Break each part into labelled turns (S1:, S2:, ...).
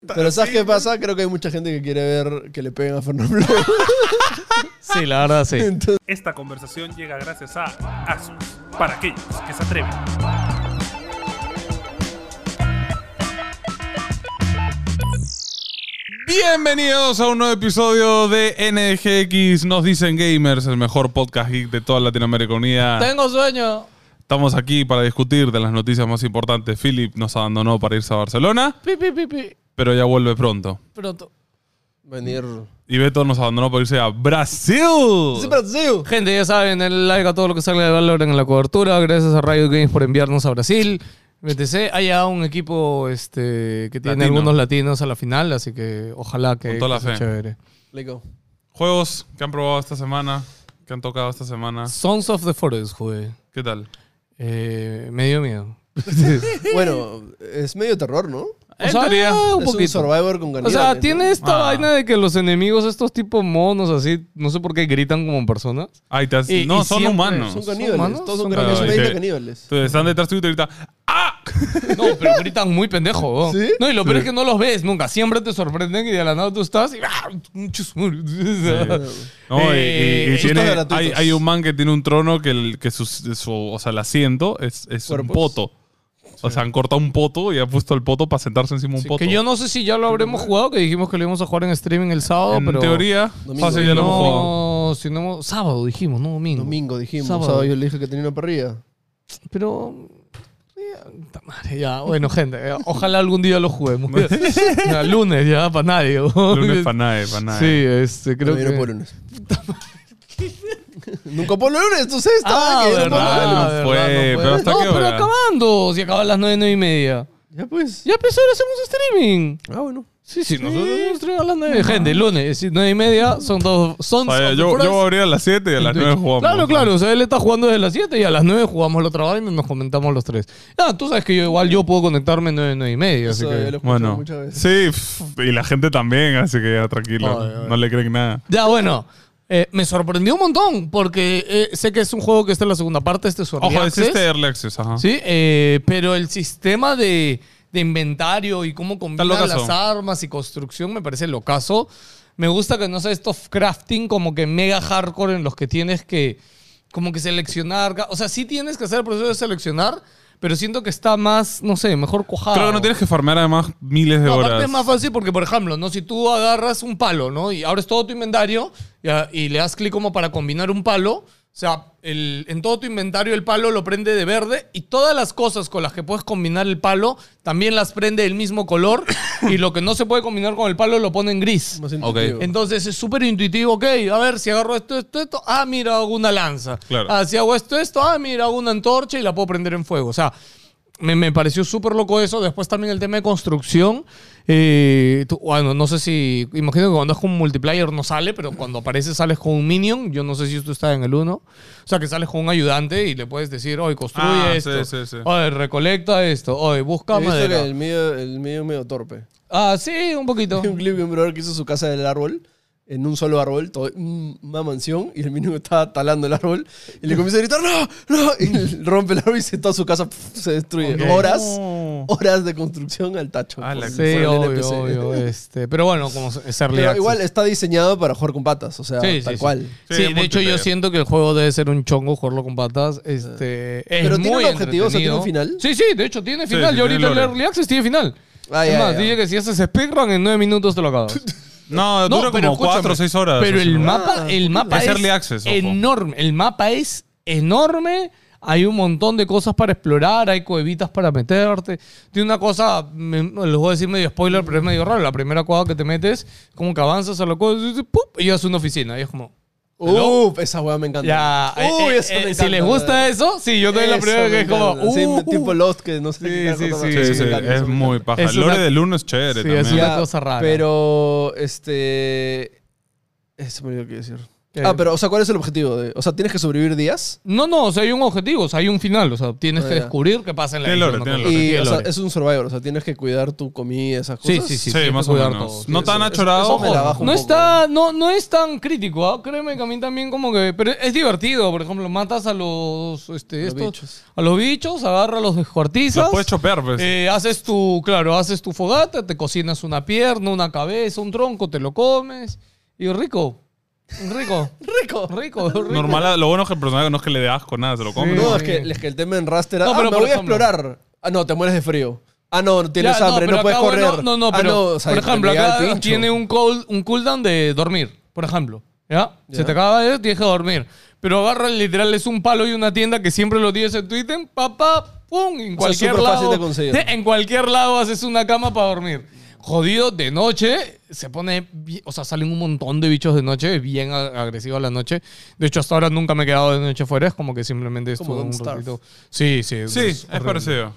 S1: Pero ¿sabes qué pasa? Creo que hay mucha gente que quiere ver que le peguen a Fernando Blanco.
S2: Sí, la verdad, sí.
S1: Entonces,
S3: Esta conversación llega gracias a Asus, para aquellos que se atreven.
S4: Bienvenidos a un nuevo episodio de NGX Nos Dicen Gamers, el mejor podcast geek de toda Latinoamérica Unida.
S2: Tengo sueño.
S4: Estamos aquí para discutir de las noticias más importantes. Philip nos abandonó para irse a Barcelona,
S2: Pi, pi, pi, pi.
S4: pero ya vuelve pronto.
S2: Pronto.
S1: venir.
S4: Y Beto nos abandonó para irse a Brasil.
S1: Sí, Brasil.
S2: Gente, ya saben, el like a todo lo que salga de valor en la cobertura. Gracias a Riot Games por enviarnos a Brasil. BTC, hay ya un equipo este, que tiene
S4: Latino.
S2: algunos latinos a la final, así que ojalá que,
S4: Con toda la
S2: que sea
S4: fe.
S2: chévere.
S1: Lico.
S4: Juegos que han probado esta semana, que han tocado esta semana.
S2: Sons of the Forest, jugué.
S4: ¿Qué tal?
S2: Eh, me dio miedo.
S1: Bueno, es medio terror, ¿no?
S2: O sea, Ah, Eh, un
S1: es un
S2: poquito.
S1: survivor con
S2: o
S1: ganitas.
S2: sea, tiene esta
S4: Ah.
S2: vaina de que los enemigos, estos tipos monos así, no sé por qué gritan como personas.
S4: Ay, te has-
S2: Y-
S4: no,
S2: y
S4: son
S2: siempre-
S4: humanos.
S1: Son
S4: Entonces,
S1: caníbales.
S2: humanos?
S1: Todos son
S2: Son
S1: caníbales. Es una
S4: caníbales.
S1: isla de
S4: Sí.
S1: caníbales.
S4: están detrás tuyo y te gritan ¡Ah!
S2: No, pero gritan muy pendejo. ¿no?
S1: ¿Sí?
S2: No, y lo peor
S4: Sí.
S2: es que no los ves nunca. Siempre te sorprenden y de la nada tú estás y... ¡ah! Chus-
S4: No, y-
S2: Eh,
S4: y- y
S2: sustos
S4: tiene-
S1: gratuitos.
S4: hay, hay un man que tiene un trono que, el, que su, su- o sea, el asiento es, es un
S1: Cuerpos.
S4: poto. O sea, han cortado un poto y han puesto el poto para sentarse encima de un
S2: Sí,
S4: poto.
S2: que yo no sé si ya lo habremos jugado, que dijimos que lo íbamos a jugar en streaming el sábado,
S4: en
S2: pero...
S4: teoría,
S1: Domingo.
S4: fácil ya lo hemos jugado.
S2: No, si no hemos- sábado dijimos, no domingo.
S1: Domingo dijimos.
S2: Sábado.
S1: Sábado yo le dije que tenía una parrilla.
S2: Pero... ya, puta madre, Ya, bueno, gente, eh, ojalá algún día lo juguemos. Ya, lunes ya, para nadie.
S4: Lunes para nadie, para nadie.
S2: Sí, este, creo
S1: Pero yo no
S2: que...
S1: puedo lunes. Nunca puedo lunes, tú sabes. estaba
S2: Ah,
S1: que yo no puedo
S4: verdad.
S1: lunes.
S4: no fue, pero hasta
S2: no,
S4: qué
S2: pero
S4: hora.
S2: acabando. Si acaba a las 9, 9 y media.
S1: Ya pues.
S2: Ya, pues ahora hacemos streaming.
S1: Ah, bueno.
S2: Sí, sí, nosotros hacemos streaming a las 9. Gente, lunes, sí, 9 y media, son dos. Son
S4: O sea,
S2: son
S4: yo,
S2: puras-
S4: yo voy a abrir a las 7 y a las 9 jugamos.
S2: Claro, claro. O sea, él está jugando desde las 7 y a las 9 jugamos la otra vaina y nos comentamos los tres. Ah, tú sabes que yo igual yo puedo conectarme 9, 9 y media. Así
S1: Eso
S2: que...
S1: yo lo escucho
S4: Bueno,
S1: muchas veces.
S4: sí, pf, y la gente también, así que ya tranquilo.
S2: Ay, ay.
S4: No le creen nada.
S2: Ya, bueno. eh, me sorprendió un montón porque eh, sé que es un juego que está en la segunda parte. Este es su early
S4: Ojo, es
S2: access.
S4: este Early Access, ajá.
S2: Sí, eh, pero el sistema de, de inventario y cómo combinar
S4: locazo.
S2: las armas y construcción me parece locazo. Me gusta que no sea estos crafting como que mega hardcore en los que tienes que como que seleccionar. O sea, sí tienes que hacer el proceso de seleccionar, pero siento que está más, no sé, mejor cojado.
S4: Creo que no tienes que farmear además miles de
S2: No,
S4: horas.
S2: aparte es más fácil porque, por ejemplo, ¿no? si tú agarras un palo ¿no? y abres todo tu inventario y, a- y le das clic como para combinar un palo, o sea, el- en todo tu inventario el palo lo prende de verde y todas las cosas con las que puedes combinar el palo también las prende del mismo color y lo que no se puede combinar con el palo lo pone en gris.
S1: Más
S4: Ok.
S1: intuitivo.
S2: Entonces es súper intuitivo, ok, a ver, si agarro esto, esto, esto, ah, mira, hago una lanza.
S4: Claro.
S2: Ah, si hago esto, esto, ah, mira, hago una antorcha y la puedo prender en fuego. O sea, me, me pareció súper loco eso. Después también el tema de construcción. Eh, tú- bueno, no sé si, imagino que cuando es con multiplayer no sale, pero cuando aparece sales con un minion, yo no sé si esto está en el 1. O sea, que sales con un ayudante y le puedes decir, oye, construye
S4: Ah,
S2: esto,
S4: sí, sí, sí.
S2: oye, recolecta esto, oye, busca
S1: He visto que
S2: madera.
S1: el medio, el medio medio torpe.
S2: Ah, sí, un poquito.
S1: Hay un clip de un brother que hizo su casa del árbol, en un solo árbol, todo- un- una mansión, y el mínimo estaba talando el árbol, y le comienza a gritar, ¡no! ¡no! Y rompe el árbol y se- toda su casa pf, se destruye.
S2: Ok.
S1: Horas,
S4: No.
S1: horas de construcción al tacho.
S4: Ah, la
S1: por-
S2: Sí,
S1: por el
S2: obvio,
S1: NPC.
S2: obvio. Este, pero bueno, como es early
S1: Pero
S2: access.
S1: igual eh, está diseñado para jugar con patas, o sea,
S2: Sí, sí,
S1: tal
S2: sí.
S1: cual.
S4: Sí,
S2: Sí,
S4: es
S2: de hecho yo
S4: multiplayer.
S2: siento que el juego debe ser un chongo jugarlo con patas. Este, es
S1: Pero tiene
S2: muy
S1: un objetivo, o sea,
S2: entretenido.
S1: ¿tiene un final?
S2: Sí, sí, de hecho tiene final.
S4: sí,
S2: yo ahorita
S4: tiene
S2: el
S4: lore.
S2: Early Access tiene final.
S1: Ah,
S2: es
S1: ya,
S2: más,
S1: ya.
S2: dije que si haces speedrun en 9 minutos te lo acabas.
S4: No,
S2: No,
S4: dura
S2: pero
S4: como 4
S2: escúchame,
S4: o 6 horas.
S2: Pero
S4: o sea,
S2: el
S4: ¿no?
S1: Ah,
S2: mapa, el mapa es,
S4: Es early access, ojo.
S2: enorme. El mapa es enorme. Hay un montón de cosas para explorar, hay cuevitas para meterte. Tiene una cosa, me- les voy a decir medio spoiler, pero es medio raro. La primera cueva que te metes, como que avanzas a la cueva y dices, ¡pup! y llegas a una oficina. Y es como,
S1: Uf, esa weá me encanta.
S2: ya.
S1: Uy,
S2: eh,
S1: eso
S2: eh,
S1: me
S2: si
S1: encanta,
S2: les gusta
S1: brother.
S2: eso, sí, yo también la
S1: Eso
S2: primera
S1: me
S2: que es como,
S1: encanta. Sí,
S2: uh,
S1: tipo Lost, que no sé
S2: Sí,
S1: qué carajo
S2: sí, sí,
S1: está
S4: Sí,
S1: pasando.
S4: sí,
S1: Me encanta,
S4: es
S1: eso me
S4: muy
S1: encanta.
S4: paja.
S2: Es
S4: El lore
S2: una-
S4: de Luna es chévere
S2: Sí,
S4: también.
S2: es una cosa rara.
S1: Pero, este. Eso eh, me olvidó que decir.
S2: Eh.
S1: Ah, pero, o sea, ¿cuál es el objetivo? de- o sea, ¿tienes que sobrevivir días?
S2: No, no, o sea, hay un objetivo, o sea, hay un final. O sea, tienes
S1: Ah,
S2: que
S1: ya.
S2: descubrir qué pasa en la
S4: Tiene
S2: isla,
S4: lore,
S2: una
S4: tiene
S2: cosa
S4: lore.
S2: así,
S1: Y,
S2: tiene
S1: o sea,
S2: lore.
S1: es un survivor, o sea, tienes que cuidar tu comida, esas
S2: Sí,
S1: cosas.
S2: sí, sí.
S4: Sí,
S2: tienes
S4: más
S2: que
S4: o
S2: cuidar
S4: menos.
S2: todo,
S4: No
S2: sí,
S4: tan
S2: sí.
S4: achorado.
S1: eso me la bajo. un
S2: No
S1: poco. ¿eh?
S2: está, no, no es tan crítico, ¿ah? créeme que a mí también como que, pero es divertido, por ejemplo, matas a los, este,
S1: Los
S2: estos-
S1: bichos.
S2: a los bichos, agarra los descuartizas,
S4: Los puedes chopear, pues.
S2: eh, haces tu, claro, haces tu fogata, te cocinas una pierna, una cabeza, un tronco, te lo comes y rico, rico, rico, rico, rico.
S4: Normal, lo bueno es que el personaje no es que le dé asco, nada, se lo come.
S1: No,
S4: ¿no?
S1: es que, es que el tema en Rust era,
S2: No,
S1: ah,
S2: pero
S1: me
S2: por
S1: voy a
S2: ejemplo-
S1: explorar. Ah, no, te mueres de frío. Ah, no, tienes
S2: Ya, no,
S1: hambre, no,
S2: pero
S1: puedes
S2: acá,
S1: correr.
S2: bueno, no, no,
S1: Ah,
S2: pero,
S1: o sea,
S2: por ejemplo,
S1: le llega
S2: acá
S1: el pincho.
S2: tiene un, cool- un cooldown de dormir, por ejemplo. ¿Ya? Se
S1: Ya.
S2: te acaba eso, tienes que dormir. Pero agarra literal, es un palo y una tienda que siempre lo tienes en Twitter, papá, pum, en cualquier
S1: súper fácil
S2: lado.
S1: de conseguir.
S2: En cualquier lado haces una cama para dormir. Jodido, de noche se pone, bi- o sea, salen un montón de bichos de noche, bien a- agresivo a la noche. De hecho, hasta ahora nunca me he quedado de noche fuera, es como que simplemente
S1: Como
S2: estuve un
S1: Don't Starve.
S2: ratito. Sí, sí.
S4: Sí, es
S2: horrible.
S4: parecido.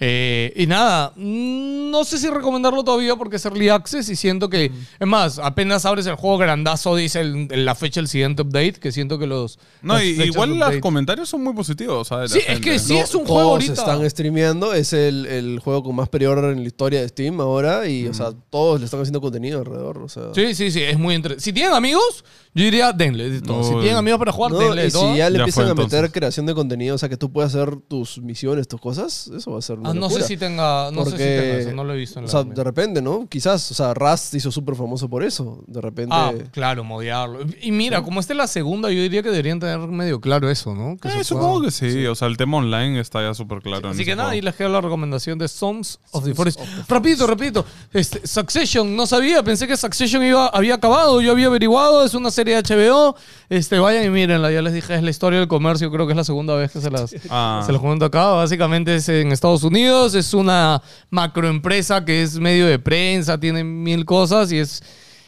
S2: Eh, y nada, mm, no sé si recomendarlo todavía porque es Early Access y siento que, es más, apenas abres el juego grandazo, dice el- la fecha del siguiente update, que siento que los...
S4: No,
S2: las
S4: y-
S2: fechas Pues, de
S4: igual los
S2: update-
S4: comentarios son muy positivos. ¿sabes?
S2: Sí, es que sí
S1: No,
S2: es un
S1: todos
S2: juego ahorita.
S1: están streameando, es el, el juego con más pre-order en la historia de Steam ahora y, o sea, todos le están haciendo contenido alrededor, o sea...
S2: Sí, sí, sí, es muy interesante. Si tienen amigos, yo diría denle de todo. si
S4: No,
S2: tienen amigos para jugar,
S1: No,
S2: denle de
S1: y
S2: todo.
S1: si ya le
S4: Ya
S1: empiezan
S4: fue
S1: a meter
S4: entonces.
S1: creación de contenido, o sea, que tú puedas hacer tus misiones, tus cosas, eso va a ser una
S2: Ah, no sé
S1: locura.
S2: si tenga, no sé si
S1: Porque-
S2: tenga eso, no lo he visto
S1: O
S2: en la
S1: sea,
S2: comida.
S1: de repente, ¿no? Quizás, o sea, Rust se hizo súper famoso por eso. De repente...
S2: Ah, claro, modearlo. Y mira, como esta es la segunda, yo diría que deberían tener medio claro eso, ¿no? Que se
S4: Eh,
S2: pueda-
S4: supongo que sí. O sea, el tema online está ya súper claro. en
S2: Así
S4: ese
S2: que nada,
S4: juego.
S2: ahí les queda la recomendación de Sons of the Forest. Rapidito, rapidito. Este, Succession, no sabía, pensé que Succession iba, había acabado, yo había averiguado, es una serie de HBO. Este, vayan y mírenla, ya les dije, es la historia del comercio, creo que es la segunda vez que se las,
S4: Ah.
S2: se las comento acá. Básicamente es en Estados Unidos, es una macroempresa que es medio de prensa, tiene mil cosas y es...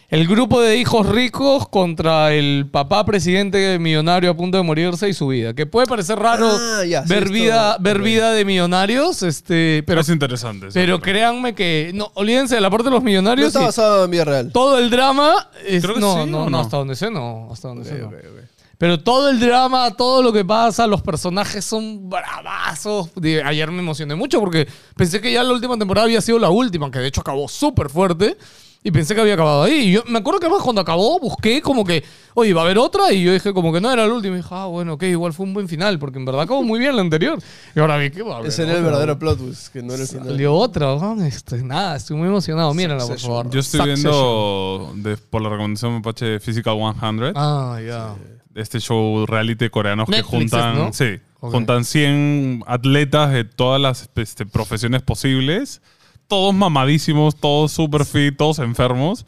S2: El grupo de hijos ricos contra el papá presidente millonario a punto de morirse y su vida. Que puede parecer raro
S1: Ah, ya, sí,
S2: ver
S1: esto-
S2: vida, ver vida de millonarios, este,
S4: Pero
S2: pero,
S4: es interesante. sí,
S2: pero
S4: creo.
S2: créanme que no, olvídense de la parte de los
S1: No
S2: millonarios.
S1: está
S2: y
S1: basado en vida real.
S2: todo el drama es-
S4: Creo que
S2: no,
S4: sí,
S2: no,
S4: ¿o
S2: no,
S4: no?
S2: hasta donde sé, no, hasta donde sé. no.
S1: Ok, ok, ok.
S2: Pero todo el drama, todo lo que pasa, los personajes son bravazos. De- Ayer me emocioné mucho porque pensé que ya la última temporada había sido la última, que de hecho acabó súper fuerte. Y pensé que había acabado ahí. Y yo me acuerdo que además cuando acabó busqué como que, oye, va a haber otra. Y yo dije como que no era la última. Y dije, ah, bueno, ok, igual fue un buen final, porque en verdad acabó muy bien la anterior. Y ahora vi que va a haber
S1: Ese era el
S2: otra.
S1: verdadero plot twist, que no era el final.
S2: Salió otra, weón. Este, nada, estoy muy emocionado. Mírenla, por
S1: Succession.
S2: favor.
S4: Yo estoy
S2: Succession.
S4: viendo, de- por la recomendación de Pache, Physical 100.
S2: Ah, ya.
S4: este show reality coreano que
S2: Netflix es,
S4: juntan,
S2: ¿no?
S4: sí,
S2: Ok.
S4: juntan 100 atletas de todas las este, profesiones posibles, todos mamadísimos, todos super fit, todos enfermos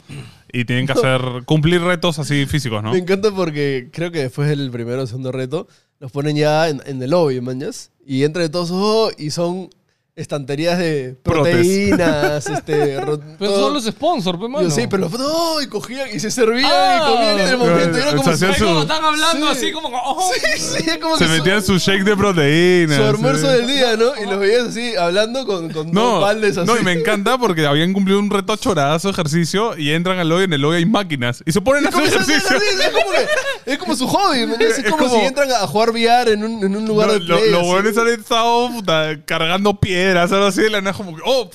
S4: y tienen que hacer cumplir retos así físicos, ¿no?
S1: Me encanta porque creo que después del primero o segundo reto, los ponen ya en, en el lobby, mañas. Y entran de todos ojos y son estanterías de
S4: Protes.
S1: proteínas, este. ro-
S2: Pero
S1: todo.
S2: son los sponsors, pues,
S1: Yo
S2: mano.
S1: sí, pero los- no, y cogían y se servían
S2: Ah.
S1: y comían en el momento. y era
S4: O
S1: como
S4: sea, hacían
S2: Es
S1: si-
S2: como
S4: su-
S2: están hablando
S1: Sí.
S2: así como... oh.
S1: Sí, sí, era como
S4: Se
S1: que su-
S4: metían su shake de proteínas.
S1: su almuerzo
S4: sí.
S1: del día, ¿no? Y los veías así, hablando con, con dos
S4: No,
S1: baldes así.
S4: no, y me encanta porque habían cumplido un reto chorazo ejercicio y entran al lobby y en el lobby hay máquinas y se ponen a hacer
S1: Comienzan a hacer
S4: ejercicio.
S1: así, es, como que- es como su hobby, ¿me entiendes? Es
S4: Es
S1: como,
S4: como-
S1: si entran a jugar VR en un, en un lugar
S4: No,
S1: de
S4: lo-
S1: play,
S4: los
S1: así.
S4: huevones han estado puta, cargando piedras, algo así, de la nada como que, oh,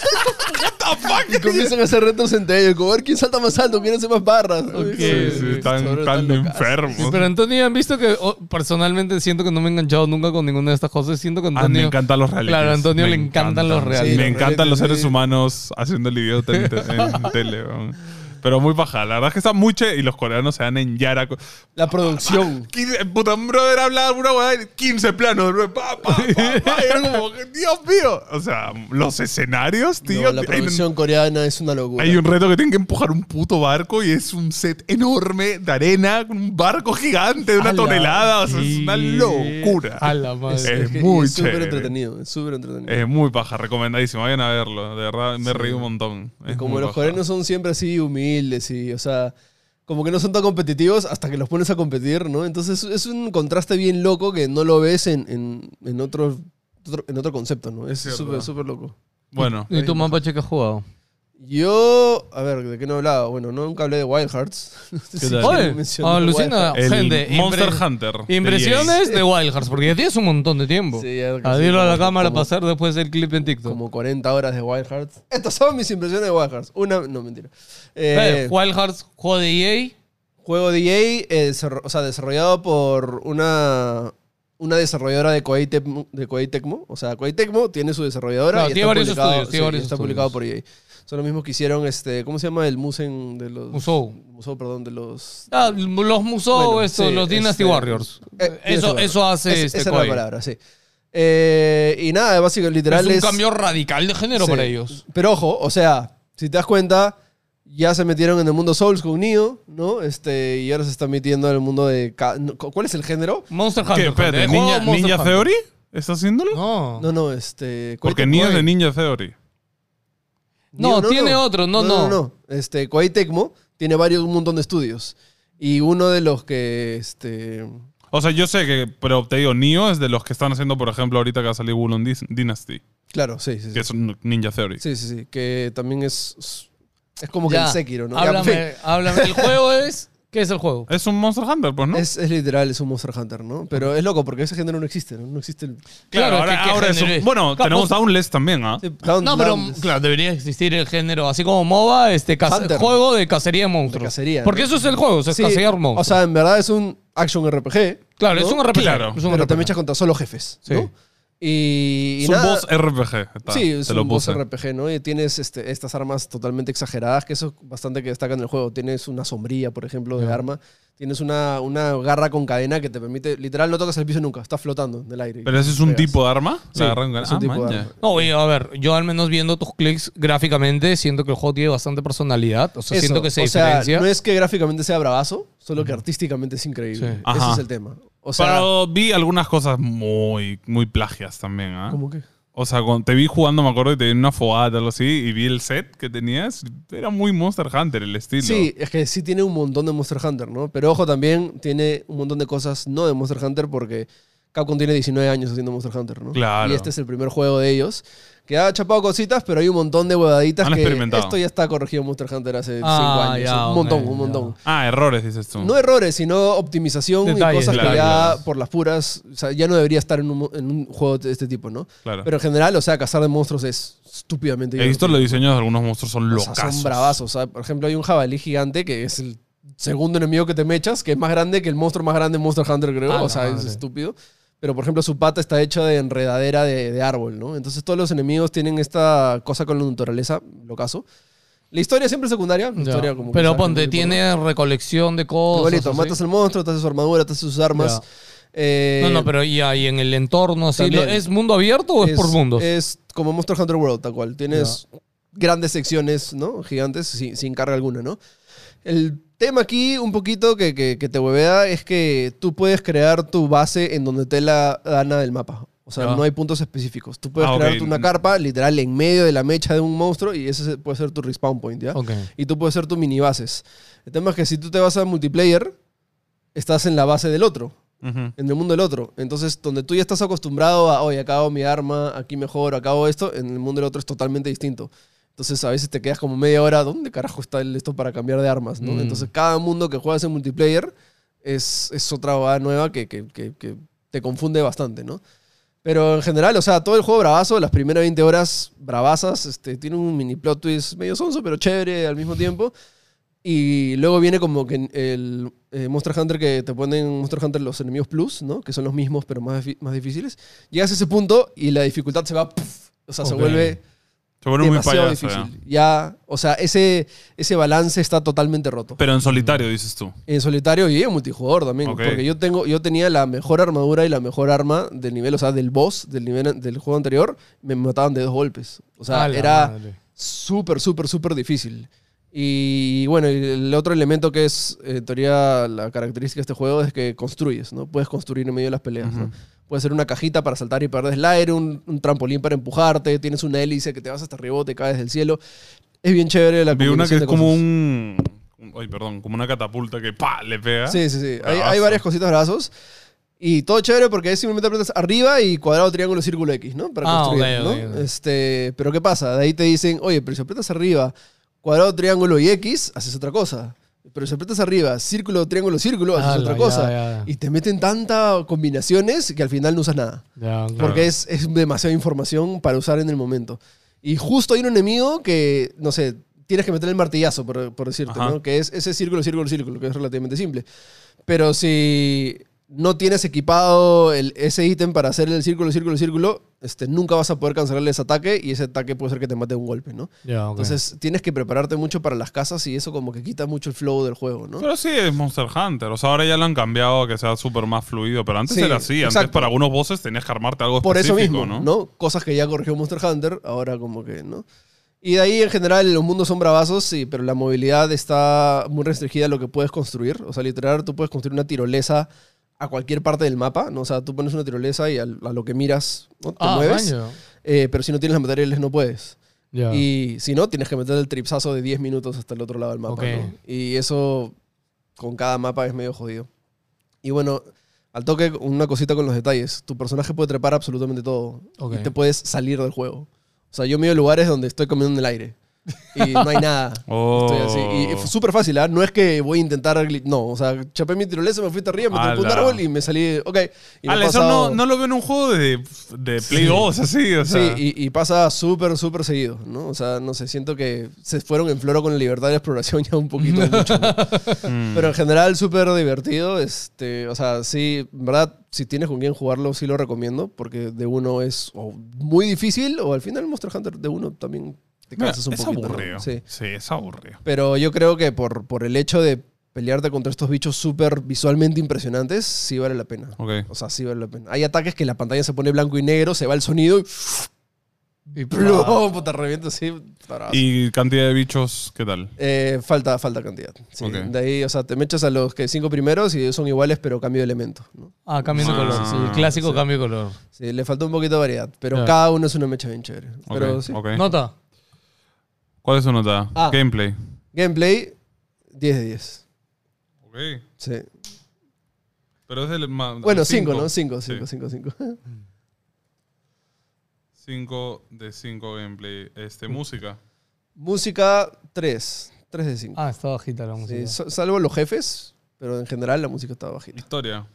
S4: what the
S1: Y
S4: fuck.
S1: comienzan a hacer retos entre ellos, como a ver quién salta más alto, quién hace más barras.
S4: Sí, sí,
S1: Sobre
S4: Eh, están tan
S1: todo locas.
S4: enfermos.
S2: Pero Antonio, han visto que oh, personalmente siento que no me he enganchado nunca con ninguna de estas cosas. Siento que
S4: Ah,
S2: Antonio...
S4: me encantan los realities.
S2: Claro, a Antonio
S4: Me
S2: le encantan los
S1: Sí,
S2: realities.
S4: Me
S1: los
S4: encantan
S1: realities,
S4: los seres
S1: sí.
S4: humanos haciendo el idiota en, te- en tele. weón. Pero muy paja. La verdad es que está muy che y los coreanos se dan en Yara. co-
S1: La producción.
S4: 15, puta, un brother habla una huevada y 15 planos. bro, Pa, pa, pa, pa, y era como, que, Dios mío. O sea, los escenarios,
S1: No,
S4: tío.
S1: la
S4: que hay-
S1: producción coreana es una locura.
S4: Hay un reto que tienen que empujar un puto barco y es un set enorme de arena, con un barco gigante de una
S1: ¡Hala!
S4: tonelada. O sea, es una
S2: Sí.
S4: locura.
S2: A la madre.
S4: Es,
S1: que-
S4: muy
S1: es súper
S4: chévere.
S1: entretenido, es súper entretenido.
S4: Es muy paja, recomendadísimo. Vayan a verlo. De verdad, me reí un montón. Es
S1: como
S4: muy
S1: los
S4: paja.
S1: coreanos son siempre así humildes y, o sea, como que no son tan competitivos hasta que los pones a competir, ¿no? Entonces es un contraste bien loco que no lo ves en, en, en otro, otro- en otro concepto, ¿no? Es
S4: Cierto.
S1: súper, súper loco.
S4: Bueno,
S2: ¿Y tu mapache que has jugado?
S1: Yo, a ver, ¿de qué no he hablado? Bueno, no, nunca hablé de Wild Hearts. No sé
S4: ¿Qué
S1: si
S4: tal?
S1: quieren
S2: Oye,
S1: mencionar
S2: alucina,
S4: El
S2: gente.
S4: Monster
S2: impre-
S4: Hunter. de
S2: Impresiones de Wild Hearts, porque ya tienes un montón de tiempo.
S1: Sí, ya casi
S2: a dilo a la
S1: como-
S2: cámara
S1: como-
S2: pasar después del clip en TikTok.
S1: Como 40 horas de Wild Hearts. Estas son mis impresiones de Wild Hearts. Una, no, mentira. Eh,
S2: Eh, Wild Hearts, juego de E EA.
S1: juego DJ, eh, desarro- o sea, desarrollado por una, una desarrolladora de Koei, Tecmo, de Koei Tecmo. O sea, Koei Tecmo tiene su desarrolladora
S2: Claro,
S1: y
S2: tiene
S1: está,
S2: varios
S1: publicado,
S2: estudios, tiene
S1: sí,
S2: varios
S1: está
S2: estudios.
S1: publicado por EA. Son los mismos que hicieron, este, ¿cómo se llama? El Musen de los...
S2: Musou.
S1: Musou, perdón, de los...
S2: Ah, los Musou,
S1: Bueno,
S2: esto,
S1: sí,
S2: los Dynasty
S1: este,
S2: Warriors.
S1: eh, Dynasty
S2: eso,
S1: Warriors.
S2: eso hace
S1: Es-
S2: este
S1: esa es la
S2: Koei.
S1: palabra, sí. Eh, y nada, básicamente,
S2: Es
S1: literal
S2: un
S1: es...
S2: cambio radical de género
S1: Sí.
S2: para ellos.
S1: Pero ojo, o sea, si te das cuenta, ya se metieron en el mundo Souls con Neo, ¿no? Este, y ahora se están metiendo en el mundo de... ca- no, ¿Cuál es el género?
S2: Monster Hunter.
S4: ¿Qué?
S2: gente,
S4: Espérate,
S2: el juego
S4: Ninja,
S2: Monster
S4: Ninja
S2: Hunter.
S4: Theory? ¿Estás haciéndolo?
S2: No.
S1: No, no, este... Koei
S4: Porque
S1: Tecmo.
S4: ni es
S2: Koei.
S4: de Ninja Theory.
S2: No, tiene otro, no,
S1: no.
S2: no.
S1: Este, Koei Tecmo tiene varios, un montón de estudios. Y uno de los que, este...
S4: O sea, yo sé que, pero te digo, Nio es de los que están haciendo, por ejemplo, ahorita que va a salir Wulong Dis- Dynasty,
S1: Claro, sí, sí, sí.
S4: que es un Ninja Theory.
S1: Sí, sí, sí, que también es... Es como que
S2: Ya.
S1: el Sekiro, ¿no? Ya,
S2: Háblame,
S1: en fin.
S2: háblame. El juego es. ¿Qué es el juego?
S4: Es un Monster Hunter, pues, ¿no?
S1: Es, es literal, es un Monster Hunter, ¿no? Pero es loco porque ese género no existe, ¿no? No existe el...
S2: claro, ¿qué- qué
S4: ahora es
S2: género
S4: un-
S2: es?
S4: Bueno,
S2: Claro,
S4: tenemos
S2: Monster-
S4: Downless también, ¿ah?
S2: No, pero claro, debería existir el género, así como MOBA, este caza-
S1: Hunter.
S2: juego de cacería de monstruos.
S1: cacería,
S2: Porque
S1: ¿no?
S2: eso es el juego, o sea, es
S1: Sí,
S2: cacería monstruos.
S1: O sea, en verdad es un action RPG.
S2: claro,
S1: ¿no?
S2: es un RPG.
S4: Claro.
S2: es un
S1: pero te
S2: RPG.
S1: mechas contra solo jefes,
S2: Sí.
S1: ¿no? Y, y
S4: Es un
S1: nada-
S4: boss RPG. está,
S1: Sí, es
S4: te lo
S1: un boss
S4: puse.
S1: RPG, ¿no? Y tienes este, estas armas totalmente exageradas, que eso es bastante que destaca en el juego. Tienes una sombría, por ejemplo, de arma. Tienes una, una garra con cadena que te permite... Literal, no tocas el piso nunca. Estás flotando en el aire. y
S4: Pero ese es un
S1: pegas.
S4: tipo de arma.
S1: Sí,
S4: La agarran-
S1: es un
S4: ah,
S1: tipo de
S4: man, ya.
S1: arma.
S2: No, oye, a ver, yo al menos viendo tus clics gráficamente, siento que el juego tiene bastante personalidad. O sea,
S1: Eso,
S2: siento que se
S1: o sea,
S2: diferencia.
S1: no es que gráficamente sea bravazo, solo que artísticamente es increíble.
S2: Sí.
S4: Ajá.
S1: Ese es el tema. O sea,
S4: pero vi algunas cosas muy, muy plagias también, ¿ah?
S1: ¿cómo que?
S4: O sea, cuando te vi jugando, me acuerdo que te di una fogata o algo así, y vi el set que tenías. Era muy Monster Hunter el estilo.
S1: Sí, es que sí tiene un montón de Monster Hunter, ¿no? Pero ojo, también tiene un montón de cosas no de Monster Hunter porque Capcom tiene 19 años haciendo Monster Hunter, ¿no?
S4: Claro.
S1: Y este es el primer juego de ellos. Que ha chapado cositas, pero hay un montón de huevaditas
S4: Han
S1: que
S4: experimentado.
S1: esto ya está corregido en Monster Hunter hace 5
S2: Ah,
S1: años.
S2: ya,
S1: un montón,
S2: ok,
S1: un montón.
S4: Ah, errores, dices tú.
S1: No er- errores, sino optimización
S2: Detalles,
S1: y cosas
S4: claro,
S1: que ya
S4: claro.
S1: por las puras, o sea, ya no debería estar en un, en un juego de este tipo, ¿no?
S4: Claro.
S1: Pero en general, o sea, cazar de monstruos es estúpidamente
S4: He
S1: divertido.
S4: visto los diseños de algunos monstruos, son
S1: O
S4: locos.
S1: sea, son bravazos. ¿sabes? Por ejemplo, hay un jabalí gigante que es el segundo enemigo que te mechas, que es más grande que el monstruo más grande de Monster Hunter, creo.
S2: Ah, la
S1: o sea, es
S2: madre.
S1: estúpido. Pero, por ejemplo, su pata está hecha de enredadera de, de árbol, ¿no? Entonces, todos los enemigos tienen esta cosa con la naturaleza, lo caso. La historia siempre es secundaria. la
S2: Ya.
S1: historia como que
S2: Pero
S1: sabes,
S2: ponte,
S1: como que-
S2: tiene recolección de cosas.
S1: Igualito,
S2: así.
S1: matas al monstruo, te haces su armadura, te haces sus armas.
S2: Ya.
S1: Eh,
S2: No, no, pero y ahí en el entorno, así,
S1: También.
S2: ¿lo- ¿es mundo abierto o es, por mundos?
S1: Es eh, como Monster Hunter World, tal cual. Tienes grandes secciones, ¿no? Gigantes, sin, sin carga alguna, ¿no? El tema aquí, un poquito que, que- que te huevea, es que tú puedes crear tu base en donde te la gana del mapa. O sea,
S2: Ya.
S1: no hay puntos específicos. Tú puedes
S4: Ah, ok.
S1: crearte una carpa, literal, en medio de la mecha de un monstruo y ese puede ser tu respawn point, ¿ya?
S2: Ok.
S1: y tú puedes ser tus mini bases. El tema es que si tú te vas a multiplayer, estás en la base del otro,
S4: Ujú.
S1: en el mundo del otro. Entonces, donde tú ya estás acostumbrado a, oye, acabo mi arma, aquí mejor, acabo esto, en el mundo del otro es totalmente distinto. Entonces, a veces te quedas como media hora, ¿dónde carajo está el esto para cambiar de armas? ¿no?
S2: Mm.
S1: Entonces, cada mundo que juegas en multiplayer es, es otra bobada nueva que, que- que- que te confunde bastante, ¿no? Pero en general, o sea, todo el juego bravazo, las primeras 20 horas bravazas, este, tiene un mini plot twist medio sonso, pero chévere al mismo tiempo. Y luego viene como que el eh, Monster Hunter que te ponen en Monster Hunter los enemigos plus, ¿no? Que son los mismos, pero más, difi- más difíciles. Llegas a ese punto y la dificultad se va. puf, o sea,
S2: Ok.
S1: se vuelve
S4: Se vuelve muy
S1: demasiado
S4: payaso. ¿eh?
S1: difícil.
S4: ya.
S1: Ya, o sea, ese, ese balance está totalmente roto.
S4: Pero en
S1: Mm.
S4: solitario, dices tú.
S1: En solitario y en multijugador también.
S4: Ok.
S1: Porque yo, tengo, yo tenía la mejor armadura y la mejor arma del nivel, o sea, del boss del, nivel, del juego anterior. Me mataban de dos golpes. O sea,
S2: A Ah, la
S1: era
S2: madre.
S1: súper, súper, súper difícil. Y bueno, y el otro elemento que es, eh, en teoría, la característica de este juego es que construyes, ¿no? Puedes construir en medio de las peleas, ¿no? Puede ser una cajita para saltar y perder slide, un, un trampolín para empujarte, tienes una hélice que te vas hasta arriba, te caes del cielo. Es bien chévere la
S4: Vi una
S1: combinación
S4: que es
S1: de
S4: como
S1: cosas.
S4: un. un- Ay, perdón, como una catapulta que ¡pa! le pega.
S1: Sí, sí, sí. Hay,
S4: Bravazo.
S1: hay varias cositas brazos. Y todo chévere porque es simplemente apretas arriba y cuadrado, triángulo, círculo X, ¿no? Para
S2: Ah,
S1: construir,
S2: ok,
S1: ¿no?
S2: ok, ok.
S1: Este, pero ¿qué pasa? De ahí te dicen, oye, pero si apretas arriba, cuadrado, triángulo y X, haces otra cosa. Pero si apretas arriba, círculo, triángulo, círculo, haces
S2: Ah,
S1: otra
S2: ya,
S1: cosa.
S2: ya, ya.
S1: Y te meten tantas combinaciones que al final no usas nada.
S2: Ya, claro.
S1: Porque es, es demasiada información para usar en el momento. Y justo hay un enemigo que, no sé, tienes que meter el martillazo, por, por decirte,
S4: Ajá.
S1: ¿no? Que es ese círculo, círculo, círculo, que es relativamente simple. Pero si no tienes equipado el- ese ítem para hacer el círculo, círculo, círculo, este, nunca vas a poder cancelarle ese ataque y ese ataque puede ser que te mate de un golpe, ¿no?
S2: Ya, ok.
S1: Entonces tienes que prepararte mucho para las casas y eso como que quita mucho el flow del juego, ¿no?
S4: Pero sí, es Monster Hunter. O sea, ahora ya lo han cambiado a que sea súper más fluido. Pero antes
S1: Sí,
S4: era así. Antes
S1: exacto.
S4: para algunos bosses tenías que armarte algo
S1: Por eso
S4: específico,
S1: mismo,
S4: ¿no?
S1: ¿no? Cosas que ya corrigió Monster Hunter, ahora como que, ¿no? Y de ahí en general los mundos son bravazos, sí, pero la movilidad está muy restringida a lo que puedes construir. O sea, literal, tú puedes construir una tirolesa a cualquier parte del mapa, ¿no? O sea, tú pones una tirolesa y al- a, lo que miras, ¿no? Te
S2: Ah,
S1: mueves.
S2: maño.
S1: Eh, pero si no tienes los materiales, no puedes.
S2: Ya.
S1: Y si no, tienes que meter el tripsazo de 10 minutos hasta el otro lado del mapa.
S2: Ok.
S1: ¿no? Y eso con cada mapa es medio jodido. Y bueno, al toque, una cosita con los detalles. Tu personaje puede trepar absolutamente todo.
S2: Ok.
S1: Y te puedes salir del juego. O sea, yo miro lugares donde estoy comiendo en el aire. Y no hay nada.
S4: Oh.
S1: Estoy así. Y es súper fácil, ¿ah? No es que voy a intentar. gli- No, o sea, chapé mi tirolesa, me fui hasta arriba, me
S4: Ala.
S1: trepé un árbol y me salí. Ok. Y me
S4: Ale,
S1: he
S4: eso
S1: pasado-
S4: no, no lo veo en un juego de, de Play 2, así. O
S1: Sí,
S4: sea.
S1: y, y pasa súper, súper seguido, ¿no? O sea, no sé, siento que se fueron en floro con la libertad de exploración ya un poquito mucho. ¿no?
S4: Mm.
S1: Pero en general, súper divertido. Este, o sea, sí, en verdad, si tienes con quién jugarlo, sí lo recomiendo, porque de uno es o muy difícil, o al final Monster Hunter de uno también te
S4: Mira,
S1: cansas un
S4: es
S1: poquito. ¿no?
S4: aburrido.
S1: Sí.
S4: sí, es aburrido.
S1: Pero yo creo que por, por el hecho de pelearte contra estos bichos súper visualmente impresionantes, sí vale la pena.
S4: Ok.
S1: O sea, sí vale la pena. Hay ataques que la pantalla se pone blanco y negro, se va el sonido y
S2: Y-
S1: Plum, puta reviento así. tarazo.
S4: Ah. ¿Y cantidad de bichos qué tal?
S1: Eh, falta, falta cantidad. Sí,
S4: Ok.
S1: De ahí, o sea, te mechas a los que cinco primeros y son iguales, pero cambio de elemento. ¿no?
S2: Ah, cambio de
S4: Ah,
S2: color.
S4: sí,
S2: el clásico
S1: sí.
S2: cambio de color.
S1: Sí, le falta un poquito de variedad, pero
S2: Ya.
S1: cada uno es una mecha bien chévere.
S4: Ok,
S1: Pero sí.
S4: ok.
S2: Nota.
S4: ¿Cuál es su nota?
S1: Ah.
S4: Gameplay.
S1: Gameplay, 10 de 10.
S4: Ok.
S1: Sí.
S4: Pero es el más.
S1: Bueno, 5, ¿no? 5, 5, 5, 5.
S4: 5 de 5 gameplay. Este, música.
S1: Música, 3. 3 de 5.
S2: Ah, está bajita la música.
S1: salvo los jefes, pero en general la música estaba bajita.
S4: Historia.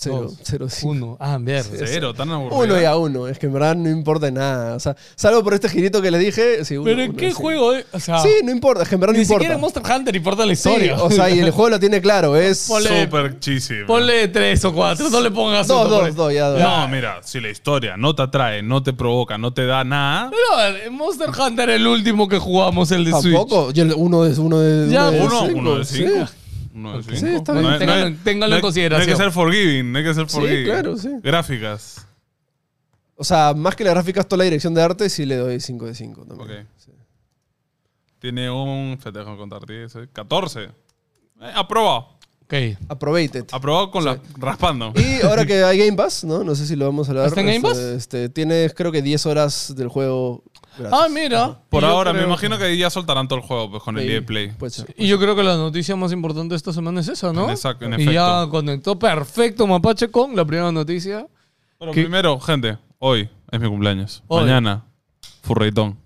S1: 0,
S2: Dos.
S1: 0, 5.
S2: Uno. Ah, mierda.
S1: Sí.
S4: Cero, tan aburrido.
S1: Uno y a uno, es que en verdad no importa nada. O sea, salvo por este girito que le dije. sí, uno,
S2: Pero en
S1: uno,
S2: qué
S1: sí.
S2: juego, eh? O sea,
S1: Sí, no importa, es que en verdad no
S2: ni
S1: importa.
S2: siquiera en Monster Hunter importa la
S1: Sí,
S2: historia.
S1: o sea, y el juego lo tiene claro, es...
S2: Ponle-
S4: Super cheesy. bro.
S2: Ponle tres o cuatro, no le pongas
S1: Dos,
S2: uno,
S1: dos,
S2: por-
S1: dos, ya dos.
S4: No, mira, si la historia no te atrae, no te provoca, no te da nada.
S2: Pero en Monster Hunter el último que jugamos, el de Switch.
S1: Tampoco, yo el- uno de uno de
S2: Ya,
S1: de
S4: Uno,
S1: cinco,
S4: uno de
S1: sí.
S4: cinco. Uno de cinco.
S1: está bien.
S4: No hay- no hay-
S2: Ténganlo- ténganlo en
S4: no hay-
S2: consideración.
S4: No hay que ser forgiving, no hay que ser forgiving.
S1: claro, sí.
S4: Gráficas.
S1: O sea, más que las gráficas, toda la dirección de arte, sí le doy 5 de 5 también.
S4: Ok. Tiene un. Espérate, déjame contarte. eso, 14. Eh, aprobado.
S2: Ok. ¿Está
S1: Approbated.
S4: Aprobado con la. raspando.
S1: y ahora que hay Game Pass, ¿no? No sé si lo vamos a hablar.
S2: ¿Está en Game
S1: este,
S2: Pass?
S1: Este, tienes creo que 10 horas del juego gratis.
S2: Ah, mira.
S4: Por
S2: Y yo
S4: ahora, me
S2: creo-
S4: imagino que ahí ya soltarán todo el juego pues, con el
S1: Sí,
S4: EA Play.
S1: puede ser.
S2: Y yo creo que la noticia más importante de esta semana es esa, ¿no?
S4: En exacto, en
S2: y
S4: efecto.
S2: ya conectó perfecto Mapache con la primera noticia.
S4: Pero
S2: ¿Qué?
S4: primero, gente, hoy es mi cumpleaños.
S2: Hoy.
S4: Mañana, Furreitón.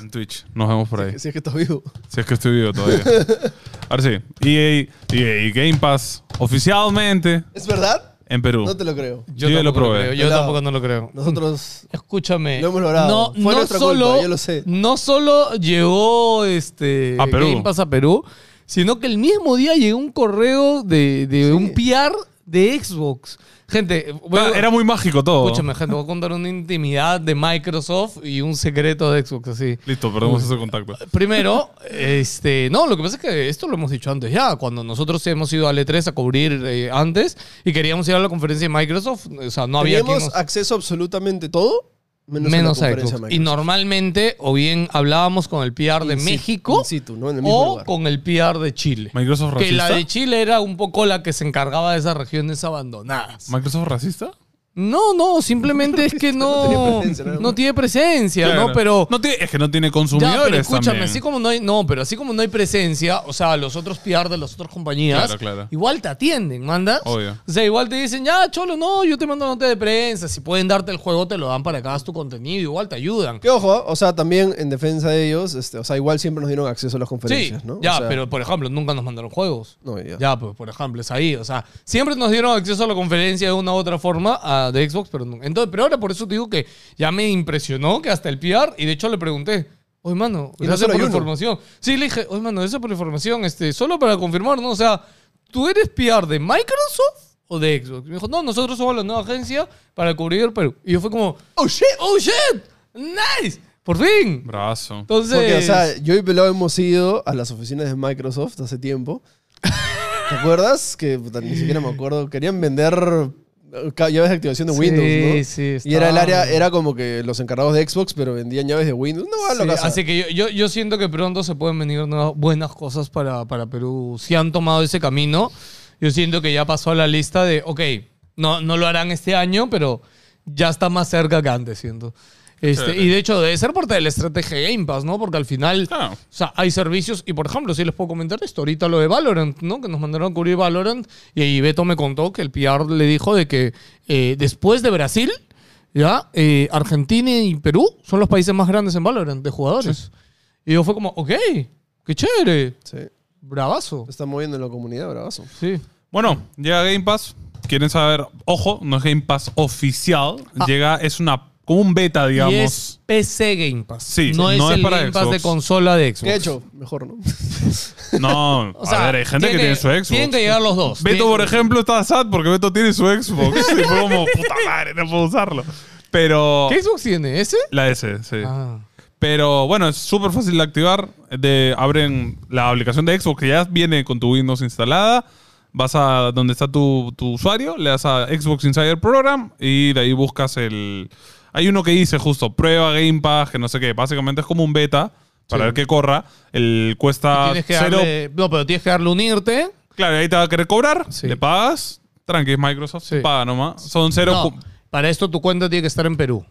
S4: en Twitch. Nos vemos por ahí.
S1: Si es que estás vivo.
S4: Si es que estoy vivo todavía. Ahora sí. E EA, EA Game Pass oficialmente
S1: ¿Es verdad?
S4: en Perú.
S1: No te lo creo.
S4: Yo ya lo
S2: tampoco
S4: probé.
S2: creo, Yo
S1: Pelado.
S2: tampoco no lo creo.
S1: Nosotros...
S2: Escúchame.
S1: Lo hemos logrado.
S2: No,
S1: Fue
S2: no
S1: nuestra
S2: solo,
S1: culpa, yo lo sé.
S2: No solo llegó este
S4: A Perú.
S2: Game Pass a Perú, sino que el mismo día llegó un correo de, de un PR de Xbox. Gente, voy a-
S4: Ah, Era- Era muy mágico todo.
S2: escúchame, gente, voy a contar una intimidad de Microsoft y un secreto de Xbox así.
S4: Listo, perdemos ese contacto.
S2: Primero, este, no, lo que pasa es que esto lo hemos dicho antes ya, cuando nosotros hemos ido al E3 a cubrir eh, antes y queríamos ir a la conferencia de Microsoft, o sea, no había quien
S1: Teníamos
S2: nos-
S1: acceso a absolutamente todo, menos, a la
S2: menos a
S1: conferencia
S2: Xbox. Y
S1: Microsoft.
S2: normalmente, o bien hablábamos con el PR de
S1: In situ-
S2: México
S1: in situ, ¿no? En el mismo
S2: o
S1: lugar.
S2: con el PR de Chile.
S4: ¿Microsoft
S2: Que la
S4: racista?
S2: de Chile era un poco la que se encargaba de esas regiones abandonadas.
S4: ¿Microsoft racista?
S2: No, no, simplemente es que
S1: No tenía
S2: no,
S1: presencia, nada más.
S2: no tiene presencia,
S4: Claro.
S2: ¿no? Pero,
S4: No tiene- es que no tiene
S2: Ya,
S4: consumidores.
S2: pero escúchame,
S4: también.
S2: así como no hay, no, pero así como no hay presencia, o sea, los otros PR de las otras compañías,
S4: Claro, claro.
S2: igual te atienden, mandas.
S4: Obvio.
S2: O sea, igual te dicen, ya, cholo, no, yo te mando nota de prensa, si pueden darte el juego, te lo dan para que hagas tu contenido, igual te ayudan.
S1: Que ojo, ¿ah? o sea, también en defensa de ellos, este, o sea, igual siempre nos dieron acceso a las
S2: Sí,
S1: conferencias, ¿no? O
S2: ya,
S1: sea,
S2: pero por ejemplo, nunca nos mandaron juegos.
S1: No, ya.
S2: Ya, pues por ejemplo, es ahí. O sea, siempre nos dieron acceso a la conferencia de una u otra forma a, de Xbox, pero nunca. Entonces, pero ahora por eso te digo que ya me impresionó que hasta el PR, y de hecho le pregunté, oye, mano,
S1: Y no
S2: gracias
S1: solo
S2: por la
S1: hay uno.
S2: información. Sí, le dije, oye, mano, gracias por la información. Este, solo para confirmar, ¿no? O sea, ¿tú eres PR de Microsoft o de Xbox? Me dijo, no, nosotros somos la nueva agencia para cubrir el Perú. Y yo fue como, oh shit, oh shit, nice, por fin.
S4: Bravazo.
S2: Entonces,
S1: Porque, o sea, yo y Pelado hemos ido a las oficinas de Microsoft hace tiempo. ¿Te acuerdas? Que puta, ni siquiera me acuerdo. Querían vender eh, ca- llaves de activación de
S2: Sí,
S1: Windows, ¿no?
S2: sí,
S1: Y era el
S2: estaba-
S1: área, era como que los encargados de Xbox, pero vendían llaves de Windows. No, a
S2: Sí,
S1: lo que
S2: así que yo, yo, yo siento que pronto se pueden venir nuevas, buenas cosas para, para Perú. Si han tomado ese camino, yo siento que ya pasó a la lista de, ok, no, no lo harán este año, pero ya está más cerca que antes, siento. Este,
S4: Claro.
S2: y de hecho, debe ser parte de la estrategia de Game Pass, ¿no? Porque al final,
S4: Claro.
S2: o sea, hay servicios. Y por ejemplo, si les puedo comentar esto, ahorita lo de Valorant, ¿no? Que nos mandaron a cubrir Valorant. Y ahí Beto me contó que el PR le dijo de que eh, después de Brasil, ¿ya? Eh, Argentina y Perú son los países más grandes en Valorant de jugadores. Y yo fue como, ok, qué chévere,
S1: Sí.
S2: bravazo.
S1: Se está moviendo en la comunidad, bravazo.
S2: Sí.
S4: Bueno, llega Game Pass. Quieren saber, ojo, no es Game Pass oficial. Llega, es una como un beta, digamos.
S2: Ah. Y es PC Game Pass.
S4: Sí,
S2: no es
S4: no es
S2: el
S4: para
S2: Game Pass
S4: Xbox.
S2: de consola de Xbox.
S1: ¿Qué he hecho? Mejor, ¿no?
S4: No,
S2: O sea,
S4: a ver, hay gente que tiene su Xbox.
S2: Tienen que llegar los dos.
S4: Beto,
S2: Tienen-
S4: por ejemplo, está sad porque Beto tiene su Xbox. y fue como, puta madre, no puedo usarlo. Pero.
S2: ¿Qué Xbox tiene? ¿Ese?
S4: La S, sí.
S2: Ah.
S4: Pero bueno, es súper fácil de activar. De, abren la aplicación de Xbox que ya viene con tu Windows instalada. Vas a donde está tu, tu usuario, le das a Xbox Insider Program y de ahí buscas el... Hay uno que dice justo, prueba Game Pass, que no sé qué. Básicamente es como un beta para
S2: Sí.
S4: ver que corra. El cuesta
S2: Tienes que
S4: Ah, cero.
S2: darle- no, pero tienes que darle unirte.
S4: Claro, ahí te va a querer cobrar.
S2: Sí.
S4: Le pagas. Tranqui, es Microsoft.
S2: Sí.
S4: Paga nomás. Son cero...
S2: No,
S4: cu-
S2: para esto tu cuenta tiene que estar en Perú.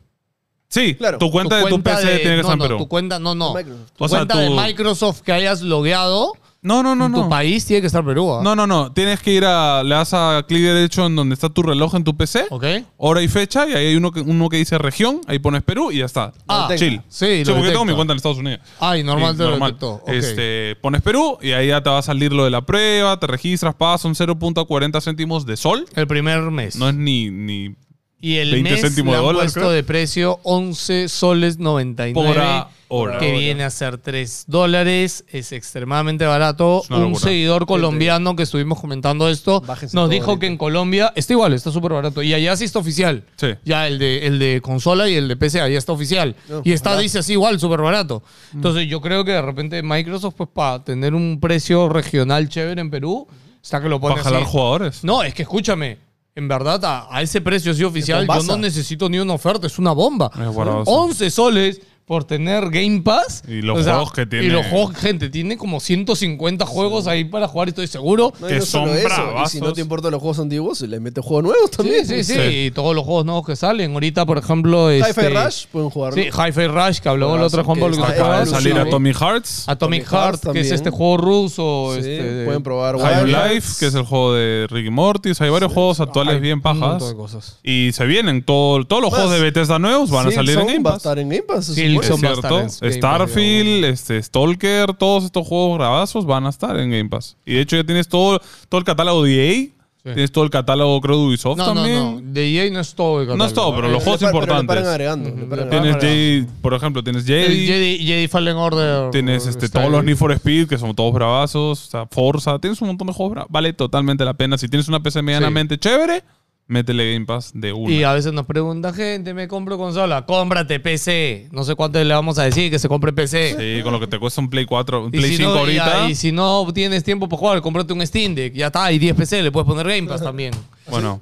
S4: Sí,
S1: Claro.
S4: tu cuenta de tu PC tiene que
S2: no,
S4: estar en
S2: no,
S4: Perú.
S2: Tu cuenta, no, no.
S1: Microsoft.
S2: Tu
S4: O sea,
S2: cuenta
S4: tu-
S2: de Microsoft que hayas logueado,
S4: No, no, no,
S2: en
S4: no.
S2: tu país tiene que estar en Perú. ¿ah?
S4: No, no, no. Tienes que ir a. Le das a clic derecho en donde está tu reloj en tu PC.
S2: ¿Ok?
S4: Hora y fecha. Y ahí hay uno que, uno que dice región. Ahí pones Perú y ya está.
S2: Ah,
S4: chill.
S2: sí, lo
S4: Sí, porque
S2: detecta.
S4: tengo mi cuenta en Estados Unidos.
S2: Ay, normal
S4: Y
S2: te lo detectó. Ok.
S4: Este, pones Perú y ahí ya te va a salir lo de la prueba. Te registras, pagas. Son 0.40 céntimos de sol.
S2: El primer mes.
S4: No es ni. ni
S2: y el
S4: 20
S2: mes
S4: céntimos
S2: le
S4: de
S2: han
S4: dólar,
S2: puesto
S4: creo.
S2: de precio 11 soles 99.
S4: Hora, hora.
S2: Que viene a ser 3 dólares. Es extremadamente barato.
S4: Es una
S2: Un
S4: locura.
S2: seguidor colombiano que estuvimos comentando esto
S1: Bájense
S2: nos
S1: todo
S2: dijo
S1: ahorita.
S2: que en Colombia está igual, está súper barato. Y allá sí está oficial.
S4: Sí.
S2: Ya el de, el de consola y el de PC, ahí está oficial.
S1: No, Mm.
S2: y está,
S1: barato.
S2: dice así, igual, súper barato. Entonces yo creo que de repente Microsoft, pues para tener un precio regional chévere en Perú, está que lo pone
S4: para jalar
S2: así.
S4: jugadores.
S2: No, es que escúchame. En verdad, a, a ese precio así oficial, yo
S1: bombaza.
S2: no necesito ni una oferta, es una bomba.
S4: Es guardado, sí.
S2: 11 soles por tener Game Pass.
S4: Y los juegos que tiene.
S2: Y los juegos, gente, tiene como 150 juegos ahí para jugar, estoy seguro.
S1: No, y
S4: Que
S1: no solo
S4: son
S1: eso, Y
S4: bravazos.
S1: si no te importan los juegos antiguos, le metes juegos nuevos
S2: Sí,
S1: también.
S2: sí, sí,
S4: Sí.
S2: Y todos los juegos nuevos que salen. Ahorita, por ejemplo.
S1: Hi-Fi
S2: este,
S1: Rush pueden jugar.
S2: Sí, Hi-Fi Rush, que habló el
S1: Juegazo,
S2: otro Juan
S1: que
S2: Pablo.
S1: está
S2: que
S4: Acaba de
S1: Evolución.
S4: salir
S2: ¿eh?
S4: Atomic Hearts.
S1: Atomic
S2: Atomic Heart,
S1: Hearts
S2: que es
S1: también.
S2: este juego ruso.
S1: Sí,
S2: este, de-
S1: pueden probar.
S4: High
S1: Wild
S4: Life,
S1: Life.
S4: que es el juego de Ricky Mortis. Hay varios juegos actuales
S2: hay
S4: bien
S2: Un
S4: pajas.
S2: montón de cosas.
S4: Y se vienen. Todo, todos los
S2: Pues,
S1: Más,
S4: juegos de Bethesda nuevos van a salir en
S1: Silksong
S4: Game
S1: va a
S4: Pass.
S1: estar en Game Pass. se
S2: Silksong.
S1: supone.
S4: Es
S2: va a estar en
S4: cierto.
S2: Game Pass,
S4: Starfield, este, Stalker, todos estos juegos grabazos van a estar en Game Pass. Y de hecho ya tienes todo, todo el catálogo de EA. Tienes todo el catálogo, creo, de Ubisoft
S2: No, no,
S4: también.
S2: no. De EA no es todo. el
S4: No es todo,
S2: catálogo.
S4: pero los
S1: Le
S4: juegos
S1: pa- pero le
S4: importantes.
S1: paran agregando, le paran
S2: Tiene-
S4: Tienes
S2: Ah,
S4: Jedi, por ejemplo, tienes
S2: El
S4: Jedi.
S2: Jedi, Jedi Fallen Order.
S4: Tienes este,
S2: está
S4: todos los
S2: ahí.
S4: Need for Speed, que son todos bravazos. O sea, Forza. Tienes un montón de juegos bravos. Vale totalmente la pena. Si tienes una PC medianamente chévere, métele Game Pass de una.
S2: Y a veces nos pregunta gente, me compro consola, cómprate PC. No sé cuánto le vamos a decir que se compre PC.
S4: Sí, con lo que te cuesta un Play 4, un
S2: Y
S4: Play
S2: si
S4: 5
S2: no, y
S4: ahorita.
S2: a- Y si no tienes tiempo para jugar, cómprate un Steam Deck. Ya está, y 10 PC, le puedes poner Game Pass también.
S4: Bueno,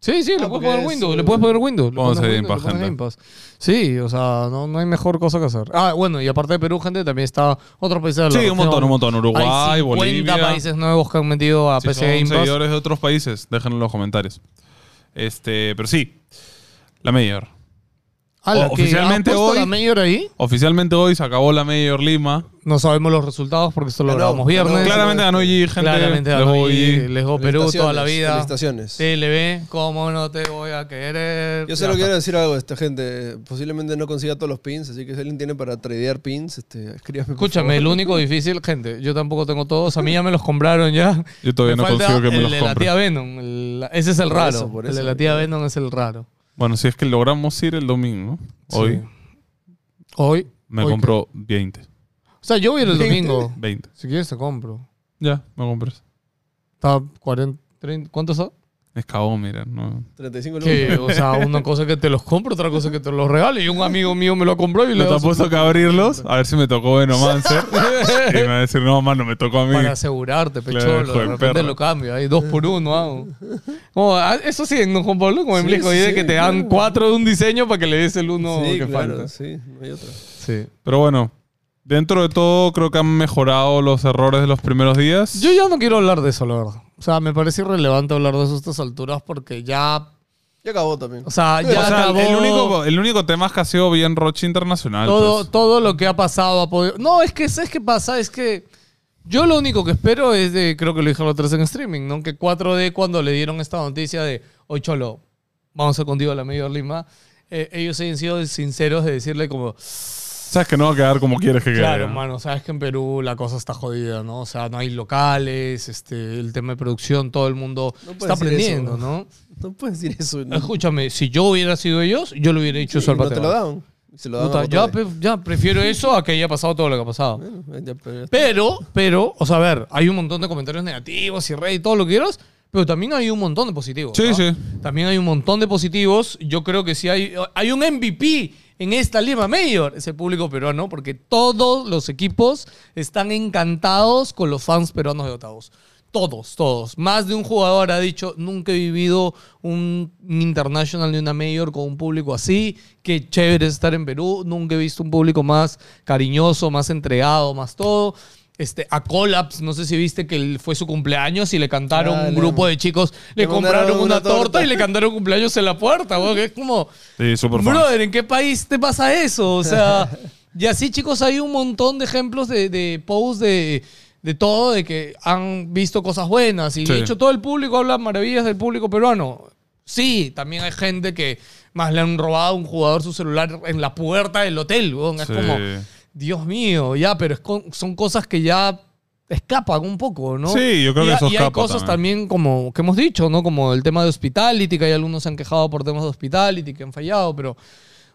S2: Sí, sí, le
S1: Ah,
S2: puedes
S1: porque
S2: poner
S1: es,
S2: Windows,
S1: eh,
S2: le puedes poner Windows. le
S4: vamos a
S2: pones
S4: ir en
S2: Windows, le pones
S4: agenda.
S2: Game Pass. Sí, o sea, no, no hay mejor cosa que hacer. Ah, bueno, y aparte de Perú, gente, también está otros países de la
S4: Sí, un
S2: región.
S4: montón, un montón. Uruguay,
S2: hay 50
S4: Bolivia.
S2: países nuevos que han metido a
S4: si
S2: PC
S4: son
S2: Game Pass.
S4: seguidores de otros países, déjenlo en los comentarios. Este, pero sí, La Mayor.
S2: Ala, que
S4: oficialmente
S2: ¿ha puesto
S4: hoy-
S2: la mayor ahí?
S4: Oficialmente hoy se acabó la Mayor Lima.
S2: No sabemos los resultados porque esto lo
S1: Ganó,
S2: grabamos
S1: ganó.
S2: viernes.
S4: Claramente ganó allí, gente.
S2: Claramente
S4: Dejó
S2: ganó
S4: allí.
S2: y les go Perú toda la vida.
S1: Felicitaciones.
S2: TLB, ¿cómo no te voy a querer?
S1: Yo
S2: Ya
S1: solo
S2: está.
S1: quiero decir algo a esta gente. Posiblemente no consiga todos los pins, así que si alguien tiene para tradear pins, este, escríbame. por
S2: Escúchame,
S1: favor.
S2: el único difícil, gente, yo tampoco tengo todos. A mí ya me los compraron ya.
S4: Yo todavía no
S2: falta
S4: consigo que me
S2: el
S4: los
S2: de la
S4: compre.
S2: tía Venom. el- ese es el
S1: Por
S2: raro.
S1: eso, por
S2: el de
S1: eso.
S2: la tía Venom es el raro.
S4: Bueno, si es que logramos ir el domingo, hoy
S2: Sí. Hoy.
S4: me
S2: hoy
S4: compro 20.
S2: que- O sea, yo voy a ir el domingo.
S4: 20.
S2: Si quieres, te compro.
S4: Ya, me compras.
S2: Está 40, 30, ¿cuántos son?
S4: Es cagón, mira. No.
S1: 35
S2: Que,
S1: lucas.
S2: o sea, una cosa que te los compro, otra cosa que te los regalo. Y un amigo mío me lo compró y
S4: No
S2: le
S4: te
S2: da
S4: has
S2: su-
S4: puesto que abrirlos. A ver si me tocó Venomancer. y me va a decir, no, mano, me tocó a mí.
S2: Para asegurarte, pecholo.
S4: Claro, hijo
S2: de
S4: de
S2: repente
S4: perra.
S2: lo cambio. Hay dos por uno. hago. Como, ah, eso sí, en Juan Pablo, como en
S1: Sí,
S2: Blico,
S1: sí,
S2: y de que te dan
S1: claro.
S2: cuatro de un diseño para que le des el uno
S1: Sí,
S2: que
S1: claro,
S2: falta.
S1: sí, no hay otra.
S2: Sí.
S4: Pero bueno, dentro de todo, creo que han mejorado los errores de los primeros días.
S2: Yo ya no quiero hablar de eso, la verdad. O sea, me parece irrelevante hablar de eso a estas alturas porque ya.
S1: Ya acabó también.
S2: O sea, ya
S4: O sea,
S2: acabó.
S4: el, único, el único tema es que ha sido bien Roche Internacional.
S2: todo,
S4: pues.
S2: todo lo que ha pasado ha podido. No, es que, ¿sabes qué pasa? Es que yo lo único que espero es de, creo que lo dijeron otra vez en streaming, ¿no? Que 4D cuando le dieron esta noticia de, oye Cholo, vamos a contigo a la Mayor Lima, eh, ellos hayan sido sinceros de decirle como,
S4: Sabes que no va a quedar como quieres que
S2: claro,
S4: quede.
S2: mano, sabes que en Perú la cosa está jodida, ¿no? O sea, no hay locales, este, el tema de producción, todo el mundo
S1: No puedes
S2: está
S1: decir
S2: aprendiendo,
S1: eso.
S2: ¿no?
S1: No puedes decir eso. No,
S2: Escúchame, si yo hubiera sido ellos, yo lo hubiera dicho
S1: Sí,
S2: eso al
S1: no te
S2: Pateo.
S1: lo dan. Se lo dan
S2: Puta,
S1: a
S2: ya,
S1: Botones.
S2: pre- ya prefiero eso a que haya pasado todo lo que ha pasado.
S1: Bueno, ya, pero ya está.
S2: Pero, pero, o sea, a ver, hay un montón de comentarios negativos y rey y todo lo que quieras, pero también hay un montón de positivos.
S4: Sí,
S2: ¿no?
S4: sí.
S2: También hay un montón de positivos. Yo creo que sí hay, hay un MVP en esta Lima Mayor, ese público peruano, porque todos los equipos están encantados con los fans peruanos de Otavos. Todos, todos. Más de un jugador ha dicho, nunca he vivido un international de una mayor con un público así. Qué chévere es estar en Perú. Nunca he visto un público más cariñoso, más entregado, más todo. Este, a Collapse, no sé si viste que el- fue su cumpleaños y le cantaron
S1: Ah,
S2: un
S1: le-
S2: grupo de chicos, le,
S1: le
S2: compraron
S1: mandaron
S2: una,
S1: una
S2: torta.
S1: torta.
S2: y le cantaron cumpleaños en la puerta. weón, que es como,
S4: Sí, super fan.
S2: Brother, ¿en qué país te pasa eso? O sea, y así, chicos, hay un montón de ejemplos de, de posts de, de todo, de que han visto cosas buenas. Y de
S4: Sí.
S2: hecho, todo el público habla maravillas del público peruano. Sí, también hay gente que más le han robado a un jugador su celular en la puerta del hotel. weón. Es
S4: Sí.
S2: como, Dios mío, ya, pero es con- son cosas que ya escapan un poco, ¿no?
S4: Sí, yo creo
S2: y,
S4: que
S2: ha-
S4: eso
S2: Y hay
S4: escapa
S2: cosas también.
S4: también.
S2: como que hemos dicho, ¿no? Como el tema de hospitality, que hay algunos se han quejado por temas de hospitality que han fallado, pero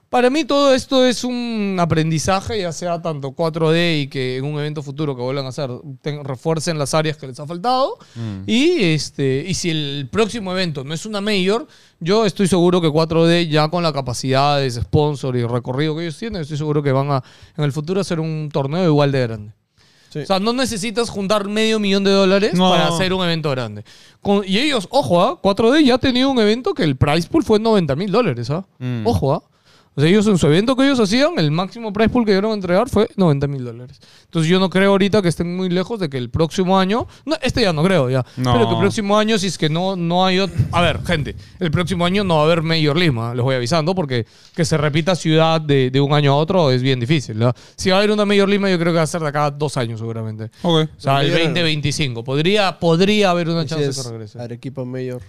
S2: para mí todo esto es un aprendizaje, ya sea tanto 4D y que en un evento futuro que vuelvan a hacer ten- refuercen las áreas que les ha faltado. Y este y si el próximo evento no es una mayor, yo estoy seguro que 4D ya con la capacidad de ese sponsor y recorrido que ellos tienen, estoy seguro que van a en el futuro hacer un torneo igual de grande.
S1: Sí.
S2: O sea, no necesitas juntar medio millón de dólares
S4: No.
S2: para hacer un evento grande. Con- y ellos, ojo, ah, 4D ya ha tenido un evento que el price pool fue 90 mil dólares. ah.
S4: Mm.
S2: Ojo, ah. O sea, ellos en su evento que ellos hacían, el máximo price pool que dieron a entregar fue 90 mil dólares. Entonces yo no creo ahorita que estén muy lejos de que el próximo año, no, este ya no creo ya,
S4: No.
S2: pero que el próximo año si es que no, no hay... ot- A ver, gente, el próximo año no va a haber Mayor Lima, les voy avisando, porque que se repita ciudad de, de un año a otro es bien difícil. ¿verdad? Si va a haber una Mayor Lima, yo creo que va a ser de acá a dos años seguramente.
S4: Ok.
S2: O sea, el
S1: Mayor-
S2: 2025. Podría, podría haber una
S1: Así
S2: chance
S1: es,
S2: que regrese.
S1: Arequipa Mayor.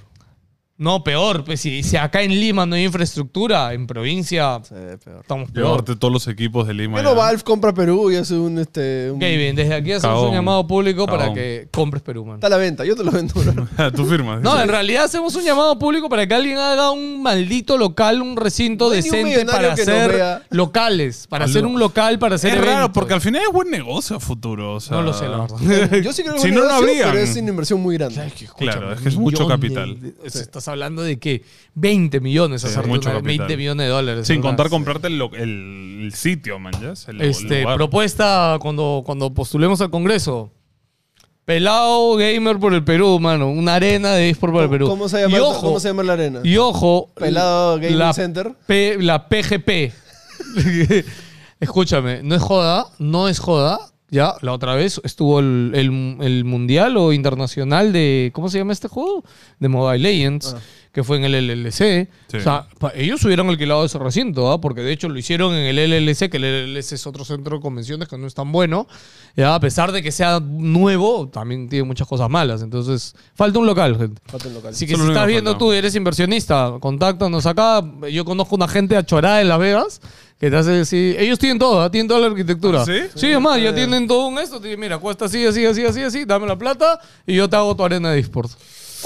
S2: No, peor, pues si, si acá en Lima no hay infraestructura, en provincia
S1: Sí, peor.
S2: estamos peor.
S4: Llevarte todos los equipos de Lima.
S1: Bueno,
S4: ya.
S1: Valve compra Perú y hace un... Este, un-
S2: Ok, bien, desde aquí hacemos un
S4: Cagón.
S2: llamado público para
S4: Cagón.
S2: que compres Perú, man.
S1: Está a la venta, yo te lo vendo. bro.
S4: Tú firmas.
S2: No,
S4: dice.
S2: en realidad hacemos un llamado público para que alguien haga un maldito local, un recinto
S1: No hay ni un
S2: decente
S1: millonario
S2: para
S1: que nos
S2: hacer
S1: vea.
S2: locales, para
S4: Aló.
S2: hacer un local, para hacer
S4: es raro,
S2: eventos.
S4: porque al final es buen negocio a futuro. o sea.
S2: pues. No lo sé, la verdad.
S1: Yo sí creo que
S4: Si
S1: es
S4: no,
S1: un
S4: no
S1: negocio,
S4: habrían.
S1: Pero es una inversión muy grande.
S2: Ah. Ay, que escúchame,
S4: Claro, es que es mucho capital.
S2: de- o sea, Estás hablando de que 20 millones,
S4: Sí,
S2: hacerte
S4: mucho
S2: una-
S4: capital.
S2: 20 millones de dólares.
S4: Sin
S2: una-
S4: contar comprarte el, lo- el- el sitio, man. ya, es el
S2: eh, Este,
S4: lugar.
S2: propuesta cuando, cuando postulemos al Congreso. Pelado gamer por el Perú, mano. Una arena de eSport por el Perú.
S1: ¿Cómo se llama,
S2: y ojo,
S1: ¿cómo se llama la arena?
S2: Y ojo.
S1: Pelado Gaming
S2: la
S1: Center.
S2: P- la PGP. Escúchame, no es joda, no es joda. Ya, la otra vez estuvo el,
S1: Ah.
S2: el- el mundial o internacional de. ¿Cómo se llama este juego? De Mobile Legends. que fue en el LLC.
S4: Sí.
S2: O sea, pa- ellos hubieran alquilado ese recinto, ¿ah? porque de hecho lo hicieron en el LLC, que el LLC es otro centro de convenciones que no es tan bueno. Ya, a pesar de que sea nuevo, también tiene muchas cosas malas. Entonces, falta un local, gente.
S1: Falta un local.
S2: Así que
S4: Eso
S2: si
S4: es lo único
S2: estás
S4: que
S2: viendo
S4: falta.
S2: tú y eres inversionista, contáctanos acá. Yo conozco una gente achorada en Las Vegas que te hace decir. Ellos tienen todo, ¿ah? tienen toda la arquitectura.
S4: ¿Ah, sí?
S2: Sí, es más, ya tienen todo un esto. Te dicen, mira, cuesta así, así, así, así, así, dame la plata y yo te hago tu arena de esports.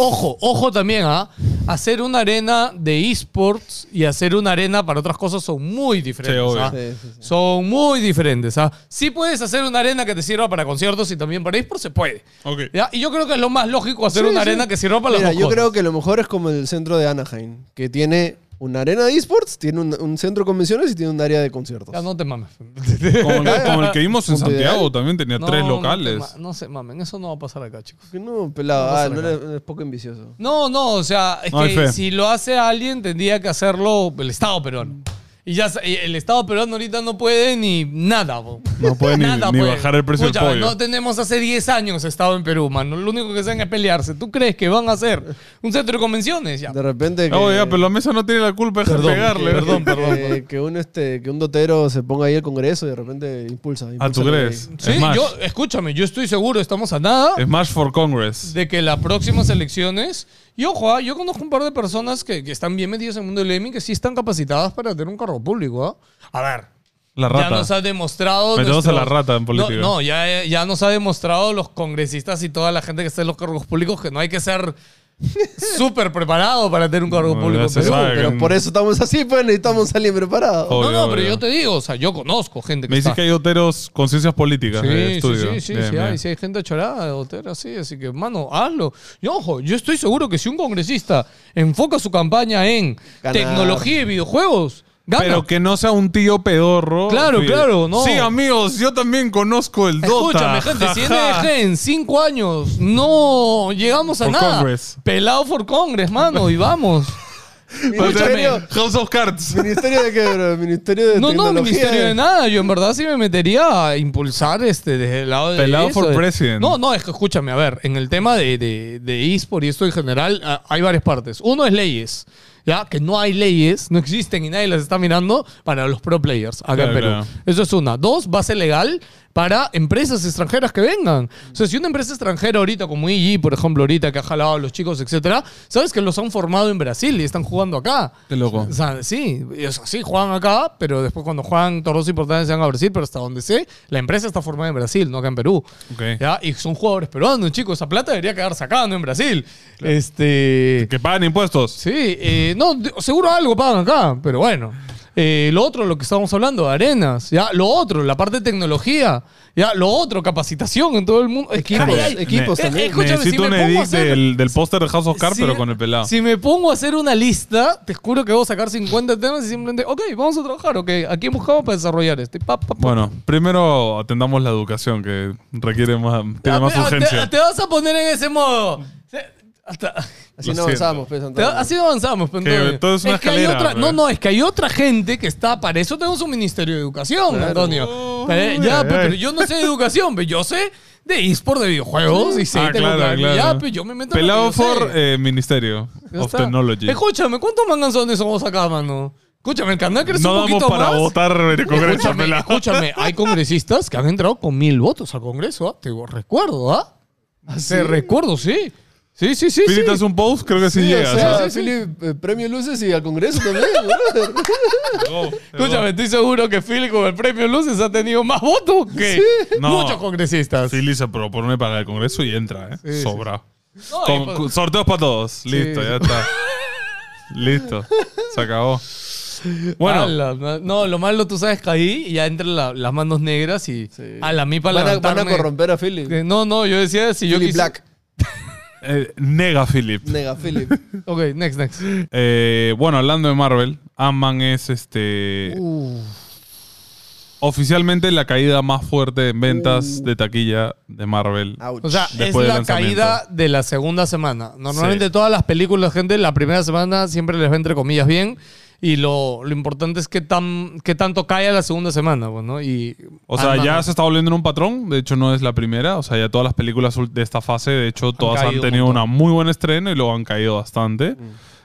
S2: Ojo, ojo también, ¿ah? Hacer una arena de esports y hacer una arena para otras cosas son muy diferentes.
S4: obvio.
S2: ¿ah?
S1: Sí, sí, sí.
S2: Son muy diferentes. ¿ah? Sí puedes hacer una arena que te sirva para conciertos y también para esports, se puede.
S4: Ok.
S2: ¿Ya? Y yo creo que es lo más lógico hacer
S1: Sí,
S2: una
S1: sí.
S2: arena que sirva para
S1: Mira,
S2: las dos
S1: yo
S2: cosas.
S1: creo que lo mejor es como el centro de Anaheim, que tiene una arena de esports, tiene un, un centro de convenciones y tiene un área de conciertos.
S2: Ya no te mames.
S4: Como el, como el que vimos en
S1: Punto ideal.
S4: Santiago también tenía
S2: No,
S4: tres
S2: no
S4: locales.
S2: te ma- No, se mamen, eso no va a pasar acá, chicos.
S1: Que no, pelado.
S2: No
S1: Ah,
S2: pasa
S1: no
S2: nada.
S1: eres, eres poco ambicioso.
S2: No, no, o sea, es
S4: No hay
S2: que
S4: fe.
S2: si lo hace alguien tendría que hacerlo el Estado peruano. Y ya sa- y el Estado peruano ahorita no puede ni nada. po.
S4: No puede ni- ni bajar el precio del
S2: Escúchame,
S4: pollo.
S2: No tenemos hace 10 años Estado en Perú, mano. Lo único que saben es pelearse. ¿Tú crees que van a hacer un centro de convenciones? Ya.
S1: De repente que,
S4: Ah, oiga, pero la mesa no tiene la culpa, deja de
S2: Perdón,
S4: pegarle.
S2: perdón.
S1: que- que, que un este que un dotero se ponga ahí al Congreso y de repente impulsa.
S4: Ah,
S1: impulsa
S4: ¿tú
S1: la ley.
S4: crees?
S2: Sí,
S4: Smash.
S2: yo, escúchame, yo estoy seguro, estamos a nada.
S4: Smash for Congress.
S2: de que las próximas elecciones. Y ojo, ah, yo conozco un par de personas que, que están bien metidas en el mundo del gaming que sí están capacitadas para tener un cargo público. ah. A ver,
S4: La
S2: ya nos
S4: rata.
S2: ha demostrado.
S4: Metemos a
S2: nuestros-
S4: la rata en política.
S2: No, no, ya, ya nos ha demostrado los congresistas y toda la gente que está en los cargos públicos que no hay que ser súper preparado para tener un cargo
S4: No,
S2: público.
S4: ya
S2: en
S4: se
S2: Perú.
S4: sabe.
S1: Pero por eso estamos así, pues necesitamos salir preparados.
S4: Oh.
S2: No, no,
S4: Obvio,
S2: pero
S4: obvio.
S2: yo te digo, o sea, yo conozco gente que
S4: Me dices
S2: está-
S4: que hay oteros con ciencias políticas en el
S2: Sí, sí,
S4: estudio.
S2: sí, sí,
S4: Bien,
S2: sí, hay,
S4: bien.
S2: sí hay gente chorada de Otero, sí, así que, mano, hazlo. Y ojo, yo estoy seguro que si un congresista enfoca su campaña en
S1: Ganar.
S2: tecnología y videojuegos, gana.
S4: Pero que no sea un tío pedorro.
S2: Claro,
S4: Sí.
S2: claro, no.
S4: Sí, amigos, yo también conozco el Dota.
S2: Escúchame, gente, si
S4: Jaja.
S2: NDG en E cinco años no llegamos a
S4: For
S2: nada,
S4: Congress.
S2: pelado for Congress, mano, y vamos.
S1: Ministerio,
S4: House of Cards.
S1: ¿Ministerio de qué, bro? Ministerio de
S2: No, no,
S1: tecnología.
S2: ministerio de nada. Yo en verdad sí me metería a impulsar este desde el lado de.
S4: Pelado
S2: eso,
S4: for
S2: de-
S4: president.
S2: No, no, es que escúchame, a ver, en el tema de, de, de eSport y esto en general, a- hay varias partes. Uno es leyes. Ya, que no hay leyes, no existen y nadie las está mirando para los pro players acá
S4: Claro,
S2: en Perú.
S4: claro.
S2: Eso es una. Dos, base legal para empresas extranjeras que vengan. O sea, si una empresa extranjera ahorita, como EG, por ejemplo, ahorita que ha jalado a los chicos, etcétera, sabes que los han formado en Brasil y están jugando acá.
S4: Qué loco.
S2: O sea, sí, y, o sea, sí, juegan acá, pero después cuando juegan torneos importantes se van a Brasil, pero hasta donde sé, la empresa está formada en Brasil, no acá en Perú.
S4: Ok.
S2: ¿Ya? Y son jugadores peruanos, chicos, esa plata debería quedarse acá, no en Brasil. Este.
S4: Que pagan impuestos.
S2: Sí, eh, no, de- seguro algo pagan acá, pero bueno. Eh, lo otro, lo que estábamos hablando, arenas, ya, lo otro, la parte de tecnología, ya, lo otro, capacitación en todo el mundo. Es que
S1: Equipos,
S2: hay- hay-
S1: equipos
S2: eh,
S1: también.
S2: eh, escúchame,
S4: Necesito
S2: si
S4: un
S2: me pongo a
S4: edit
S2: hacer-
S4: del, del póster de House of Cards,
S2: si
S4: pero
S2: me-
S4: con el pelado.
S2: Si me pongo a hacer una lista, te juro que voy a sacar 50 temas y simplemente, ok, vamos a trabajar, ok, aquí buscamos para desarrollar este. Pa, pa, pa.
S4: Bueno, primero atendamos la educación, que requiere más, tiene
S2: Ah,
S4: más
S2: ah, te-
S4: urgencia.
S2: Te, vas a poner en ese modo. Se- hasta-
S1: Así
S4: Lo
S1: no
S4: siento.
S1: avanzamos, pues,
S2: Te-
S1: Antonio.
S2: así avanzamos, pero
S4: Que
S2: Antonio.
S4: todo es una
S2: que hay
S4: escalera,
S2: otra,
S4: bro.
S2: No, no, es que hay otra gente que está para eso. Tenemos un ministerio de educación, Antonio.
S4: Oh,
S2: Pero,
S4: ay,
S2: ya,
S4: ay.
S2: pe- pero yo no sé de educación, pe, yo sé de eSport, de videojuegos y sé
S4: Ah,
S2: tengo
S4: claro,
S2: que-
S4: claro.
S2: ya, pe, yo me meto en lo
S4: Pelado
S2: que yo sé.
S4: for eh, Ministerio
S2: Ya
S4: of
S2: está.
S4: Technology.
S2: Escúchame, ¿cuántos manganzones somos acá, mano? Escúchame, el canal crece
S4: No
S2: un
S4: damos
S2: poquito
S4: para
S2: más.
S4: votar en el Congreso,
S2: Escúchame,
S4: pelado.
S2: escúchame, hay congresistas que han entrado con mil votos al Congreso, ¿ah? te recuerdo, ¿ah? Te recuerdo, sí. Sí, sí, sí. sí.
S4: Pilitas un post, creo que sí,
S1: Sí, o
S4: llegas.
S1: sea,
S4: ¿ah?
S2: sí, sí.
S1: Philip, eh, premio Luces y al Congreso también. brother.
S4: Llegó, llegó.
S2: Escúchame, estoy seguro que Phil con el premio Luces ha tenido más votos que
S4: No.
S2: muchos congresistas.
S4: Philly se propone para el Congreso y entra, ¿eh?
S2: Sí,
S4: Sobra.
S2: No,
S4: Con-
S2: y pues-
S4: con- sorteos para todos. Listo,
S2: sí.
S4: ya está. Listo. Se acabó. Bueno,
S2: Ala, no, no, lo malo tú sabes que ahí ya entran la- las manos negras y a la mí para
S1: Van a, van a
S2: levantarme-
S1: corromper a Philip.
S2: Que No, no, yo decía si yo
S1: Philip
S2: quisi-
S1: Black.
S4: eh, nega Philip.
S1: Nega, Philip.
S2: Ok, next, next.
S4: Eh, bueno, hablando de Marvel, Ant-Man es este. Oficialmente la caída más fuerte en
S2: Uh.
S4: ventas de taquilla de Marvel.
S1: Ouch.
S2: O sea,
S4: Después del
S2: es la
S4: lanzamiento.
S2: caída de la segunda semana. Normalmente
S4: Sí.
S2: todas las películas, gente, la primera semana siempre les va entre comillas bien. Y lo, lo importante es que tan, qué tanto cae a la segunda semana, pues, ¿no? Y
S4: O sea,
S2: Ant-Man-
S4: ya se está volviendo en un patrón. De hecho, no es la primera. O sea, ya todas las películas ul- de esta fase, de hecho, todas han
S2: caído un
S4: tenido
S2: montón. Mm.
S4: una muy buen estreno y luego han caído bastante.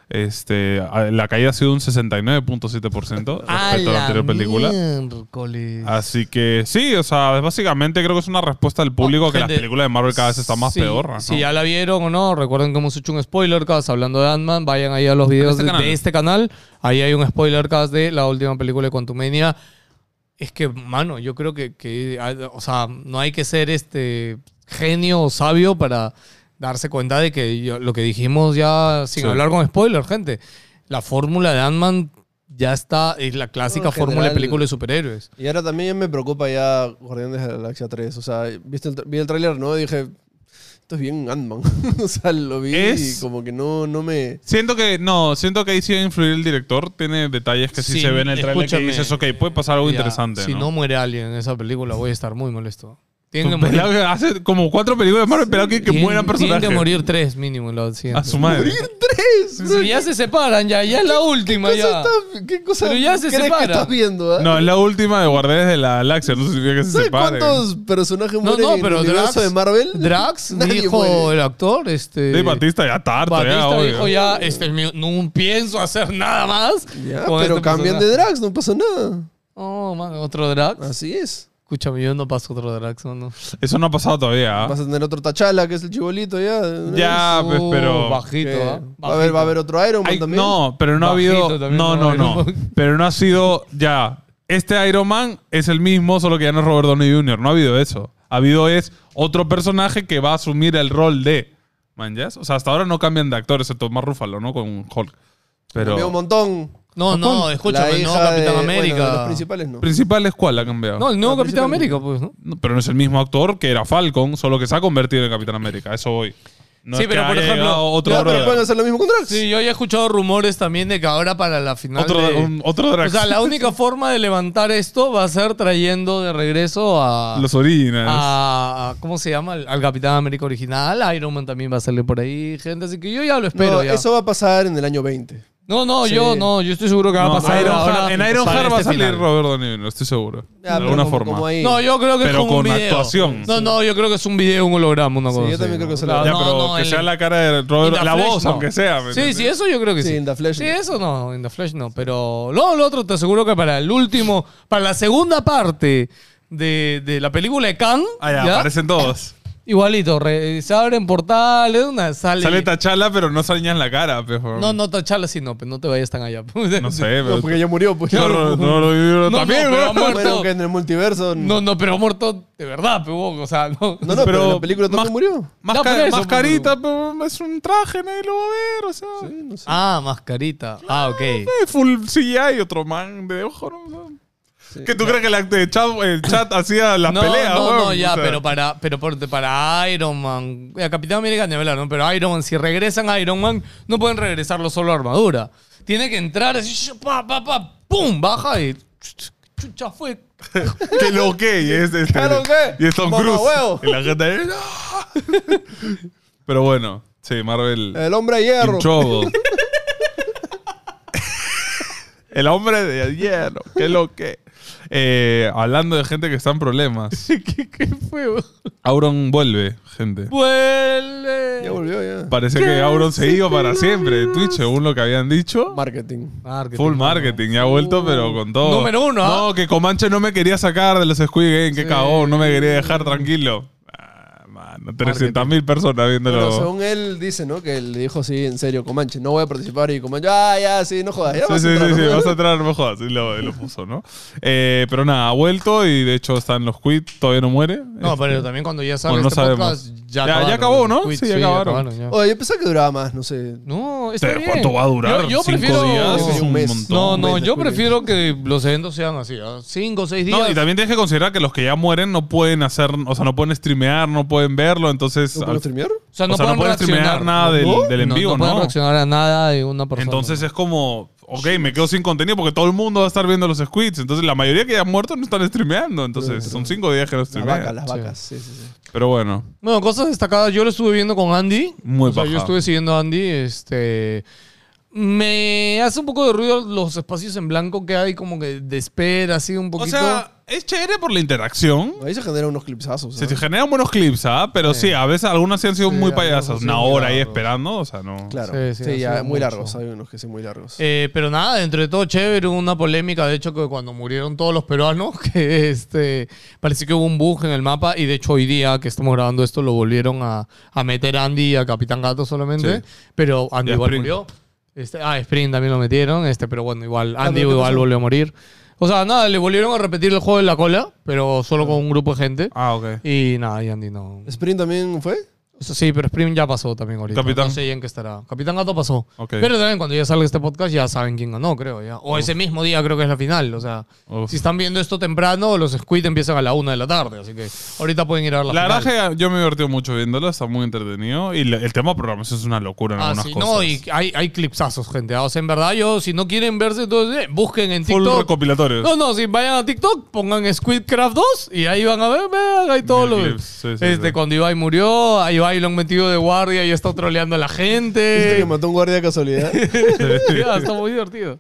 S4: Este, a- la caída ha sido un 69.7% respecto a la anterior película.
S2: miércoles.
S4: Así que sí, o sea, básicamente creo que es una respuesta del público que
S2: gente,
S4: las películas de Marvel cada vez están más
S2: Sí,
S4: pedorras.
S2: Si
S4: ¿no?
S2: ya la vieron o no, recuerden que hemos hecho un spoiler cast hablando de Ant-Man. Vayan ahí a los videos
S4: este
S2: de,
S4: canal.
S2: de este canal. Ahí hay un spoiler cast de la última película de Quantumania. Es que, mano, yo creo que, que, ah, o sea, no hay que ser este genio o sabio para darse cuenta de que yo- lo que dijimos ya sin
S4: Sí.
S2: hablar con spoiler, gente. La fórmula de Ant-Man ya está, es la clásica
S1: No, en
S2: fórmula de
S1: general-
S2: película de superhéroes.
S1: Y ahora también me preocupa ya Guardianes de la Galaxia 3. O sea, ¿viste el tra- vi el tráiler, ¿no? Y dije, esto es bien Ant-Man. o sea, lo vi
S4: Es-
S1: y como que no, no me...
S4: Siento que, no, siento que ahí sí va a influir el director. Tiene detalles que sí,
S2: Sí,
S4: se ven en el trailer que
S2: escúchame.
S4: dices, ok, puede pasar algo
S2: Ya,
S4: interesante.
S2: Si
S4: ¿no?
S2: no, muere alguien en esa película, voy a estar muy molesto. Tienen que
S4: Pues,
S2: morir.
S4: pelado que hace como cuatro películas de Marvel, pelado que, que
S2: Tienen-
S4: mueran personajes.
S2: Tienen que morir tres mínimo en la siguiente.
S4: A su madre.
S2: Si ya se separan, ya, ya es la última.
S1: ¿Qué cosa,
S2: Ya.
S1: Pues está- ¿Qué cosa
S2: Pero ya se
S1: crees que
S2: separa.
S1: estás viendo? ah?
S4: No, es la última de Guardianes de la Galaxia. No significa que se
S1: ¿Sabes
S4: separen.
S1: cuántos personajes
S2: No,
S1: mueren
S2: no,
S1: en
S2: pero
S1: el
S2: Drax,
S1: universo de Marvel?
S2: Drax
S1: Nadie
S2: dijo
S1: muere.
S2: el actor, este.
S4: Sí, Batista ya está harto,
S2: Batista
S4: ya, obvio.
S2: dijo ya, este, mi- no pienso hacer nada más.
S1: Ya,
S2: con
S1: pero
S2: este
S1: cambian
S2: personaje.
S1: de Drax, Ah, no pasa nada.
S2: Oh, man, otro Drax.
S1: Así es.
S2: Escúchame, yo no paso otro Drax, no, no.
S4: Eso no ha pasado todavía. ¿ah?
S1: Vas a tener otro Tachala, que es el chibolito ya. Ah,
S4: Ya, pues,
S2: Uh,
S4: pero.
S1: Que-
S2: Bajito, ¿ah?
S1: va, a haber, va a haber otro Iron Man
S4: Ay,
S1: también.
S4: no, pero no ha
S2: Bajito
S4: habido.
S2: también
S4: No,
S2: va a
S4: no,
S2: haber
S4: no.
S2: un-
S4: Pero no ha sido. Ya. Este Iron Man es el mismo, solo que ya no es Robert Downey Jr. No ha habido eso. Ha habido es otro personaje que va a asumir el rol de. ¿Man, yes? O sea, hasta ahora no cambian de actores, excepto Mark Ruffalo, ¿no? Con Hulk.
S1: Cambió
S4: Pero.
S1: un montón.
S2: No, no,
S1: La
S2: escúchame, no,
S1: hija de-
S2: Capitán
S1: bueno, de
S2: América.
S1: los principales no.
S4: principal es cuál ha cambiado.
S2: No, el nuevo
S1: No,
S2: Capitán
S1: principalmente.
S2: América, pues, ¿no?
S4: No, pero no es el mismo actor que era Falcon, solo que se ha convertido en Capitán América. Eso voy. No
S2: Sí,
S4: es
S2: pero
S4: que
S2: por
S4: haya
S2: ejemplo-
S4: llegado otro
S1: Ya,
S4: brother.
S1: pero pueden hacer lo mismo con Drax.
S2: Sí, yo ya he escuchado rumores también de que ahora para la final.
S4: Otro,
S2: de-
S4: un- otro
S2: o
S4: Drax.
S2: sea, la única forma de levantar esto va a ser trayendo de regreso a.
S4: Los originales.
S2: Ah, a- a- ¿Cómo se llama? Al, al Capitán América original. Iron Man también va a salir por ahí, gente. Así que yo ya lo
S1: No,
S2: espero. ya.
S1: eso va a pasar en el año 20.
S2: no, no,
S1: Sí.
S2: yo no. Yo estoy seguro que va
S4: No,
S2: a pasar.
S4: Iron
S2: ahora
S4: Heart- en Iron
S2: sale
S4: Heart va a
S2: este
S4: salir
S2: final.
S4: Robert Downey Jr., estoy seguro.
S1: Ya,
S4: de
S1: pero
S4: alguna
S1: como-
S4: forma.
S1: como ahí-
S2: No, yo creo que
S4: Pero
S2: es como
S4: con
S2: un video.
S4: actuación.
S2: No, no, yo creo que es un video, un holograma, una cosa.
S1: yo también creo que
S2: así, ¿no?
S1: es holograma.
S4: Ya,
S2: No,
S4: pero
S2: no,
S4: que
S2: el-
S4: sea la cara de Robert,
S2: In the
S4: la
S2: Flash,
S4: voz,
S2: no.
S4: aunque sea. ¿me
S2: Sí,
S4: entiendes?
S2: sí, eso yo creo que sí.
S1: Sí, en The Flash.
S2: Sí, eso no, en The Flash no. Pero no, lo otro te aseguro que para el último, para la segunda parte de, de la película de Khan,
S4: Ah, ya,
S2: ¿ya?
S4: aparecen todos.
S2: igualito, re- se abren portales, una, sale.
S4: Sale Tachala, pero no saliñas la cara, pejo.
S2: no, no, tachala así, no, pero no te vayas tan allá.
S4: No sé, pero.
S1: No, porque ya murió, pues.
S4: No, no, no, no,
S2: No,
S4: también,
S2: no, pero
S4: ¿no?
S2: ha muerto.
S1: Bueno, que en el multiverso.
S2: No, no, pero ha muerto de verdad, pebón. O sea, no.
S1: no, no, pero,
S4: pero
S1: en la película todo
S4: más-
S1: murió.
S4: Más,
S2: Ya, por
S4: ca-
S2: eso,
S4: más carita, pero es un traje, nadie lo va a ver, o sea.
S2: Ah, mascarita. Ah, ok.
S4: Eh, Full CGI y otro man de ojo, ¿no? que tú crees que el act- el chat, el chat hacía las
S2: no,
S4: peleas,
S2: No,
S4: weón?
S2: no, ya,
S4: O sea,
S2: pero para, pero por- para Iron Man. A Capitán América ni hablar, ¿no? Pero Iron Man, si regresan a Iron Man, no pueden regresarlo solo a armadura. Tiene que entrar así, sh- pa, pa, pa, pum, baja y. Chucha, fue.
S4: Que lo que y es este,
S1: Claro que,
S4: Y es Tom
S1: mamá
S4: Cruise.
S1: huevo.
S4: Y la gente ahí, ¡ah! Pero bueno, sí, Marvel.
S1: El hombre de hierro.
S4: Trouble. El hombre de hielo, que lo que. Eh, hablando de gente que está en problemas.
S2: ¿Qué, qué fue? weón?
S4: Auron vuelve, gente.
S1: Ya
S2: Vuelve.
S1: volvió, ya.
S4: Parecía que Auron se iba para siempre de Twitch, según lo que habían dicho.
S1: Marketing.
S2: Marketing,
S4: Full
S2: ¿no?
S4: marketing, ya ha vuelto, pero con todo.
S2: Número uno, ¿ah?
S4: No, que Comanche no me quería sacar de los Squid Game, que cagón, no me quería dejar tranquilo. Ah, mano, 300 mil personas
S1: Bueno,
S4: viéndolo.
S1: según él dice, ¿no? Que le dijo, sí, en serio, Comanche, no voy a participar. Y Comanche, ah, ya, sí, no jodas. Ya
S4: Sí,
S1: vas a
S4: sí,
S1: entrar,
S4: sí, sí,
S1: ¿no?
S4: vas a entrar, no me jodas. Y lo, y lo puso, ¿no? Eh, pero nada, ha vuelto y de hecho está en los quit, todavía no muere.
S2: No,
S4: Este,
S2: pero también cuando ya sale
S4: Bueno, no
S2: este podcast,
S4: sabemos.
S2: ya,
S4: Ya- ya
S2: acabaron.
S4: acabó, ¿no?
S2: Quit,
S4: Sí, ya acabaron.
S2: ya.
S1: Oye, yo pensaba que duraba más, no sé.
S2: No, está
S4: Pero
S2: bien.
S4: ¿Cuánto va a durar?
S2: Yo, yo
S4: ¿Cinco
S2: prefiero.
S4: días?
S1: Yo
S4: Es
S1: creo
S4: un
S1: un mes.
S4: montón.
S2: No,
S1: Un
S2: no,
S1: mes de
S2: yo
S1: julio.
S2: prefiero que los eventos sean así, ¿ah? cinco o seis días.
S4: No, y también tienes que considerar que los que ya mueren no pueden hacer, o sea, no pueden streamear, no pueden verlo, entonces...
S1: ¿No
S4: al-
S1: puedo streamear?
S2: O sea, no,
S4: O sea, no
S2: pueden
S4: pueden
S2: reaccionar
S4: streamear nada del- del en vivo,
S2: No pueden
S4: ¿no?
S2: reaccionar a nada de una persona.
S4: Entonces es como, ok, me quedo sin contenido porque todo el mundo va a estar viendo los squids. Entonces la mayoría que ya han muerto no están streameando. Entonces son cinco días que no
S1: Las vacas,
S4: streamean.
S1: las vacas. Sí, sí, sí.
S4: Pero bueno,
S2: Bueno, cosas destacadas. Yo lo estuve viendo con Andy.
S4: Muy
S2: o sea,
S4: paja.
S2: yo estuve siguiendo a Andy. Este. Me hace un poco de ruido los espacios en blanco que hay, como que de espera, así un poquito.
S4: O sea, es chévere por la interacción.
S1: Ahí se generan unos clipsazos.
S4: Se
S1: ¿no?
S4: te generan buenos clips, ¿ah? Pero sí. a veces algunas sí han sido
S2: Sí,
S4: muy
S2: algunos
S4: payasas.
S2: han sido
S4: Una
S2: muy
S4: hora ahí
S2: largos.
S4: esperando, o sea, no.
S1: Claro. Sí,
S2: Sí, sí, ha
S1: ya,
S2: sido
S1: muy
S2: mucho.
S1: largos. Hay unos que son muy largos.
S2: Eh, pero nada, entre todo chévere, hubo una polémica, de hecho, que cuando murieron todos los peruanos, que este parece que hubo un bug en el mapa y de hecho hoy día que estamos grabando esto lo volvieron a, a meter Andy y a Capitán Gato solamente,
S4: Sí.
S2: pero
S4: Y
S2: Andy
S4: a
S2: igual
S4: Spring.
S2: murió. Este, ah, Spring también lo metieron, este, pero bueno, igual Andy
S1: pero ¿qué
S2: igual
S1: pasó?
S2: volvió a morir. O sea, nada, le volvieron a repetir el juego de la cola, pero solo con un grupo de gente.
S4: Ah, ok.
S2: Y nada, y Andy no.
S1: ¿Sprint también fue?
S4: eh,
S2: Eso sí, pero Spring ya pasó también ahorita.
S4: Capitán.
S2: No sé ya en qué estará. Capitán Gato pasó.
S4: Ok.
S2: Pero también cuando ya salga este podcast ya saben quién ganó, creo. ya. O ese mismo día creo que es la final. O sea,
S4: Uf.
S2: si están viendo esto temprano, los Squid empiezan a la una de la tarde. Así que ahorita pueden ir a ver la,
S4: La
S2: final.
S4: verdad es que yo me he divertido mucho viéndolo, está muy entretenido. Y la- el tema de programación es una locura en
S2: Ah,
S4: algunas
S2: sí,
S4: cosas.
S2: no, y hay, hay clipsazos, gente. ah, O sea, en verdad, yo, si no quieren verse, entonces, eh, busquen en
S4: Full
S2: TikTok.
S4: recopilatorios.
S2: No, no, si vayan a TikTok, pongan Squidcraft 2 y ahí van a ver, vean, hay todos
S4: Mil
S2: los.
S4: clips, sí, sí,
S2: este,
S4: sí.
S2: cuando Ibai murió, a Ibai lo han metido de guardia y está troleando a la gente.
S1: ¿Viste que mató a un guardia de casualidad?
S2: Ya, está muy divertido.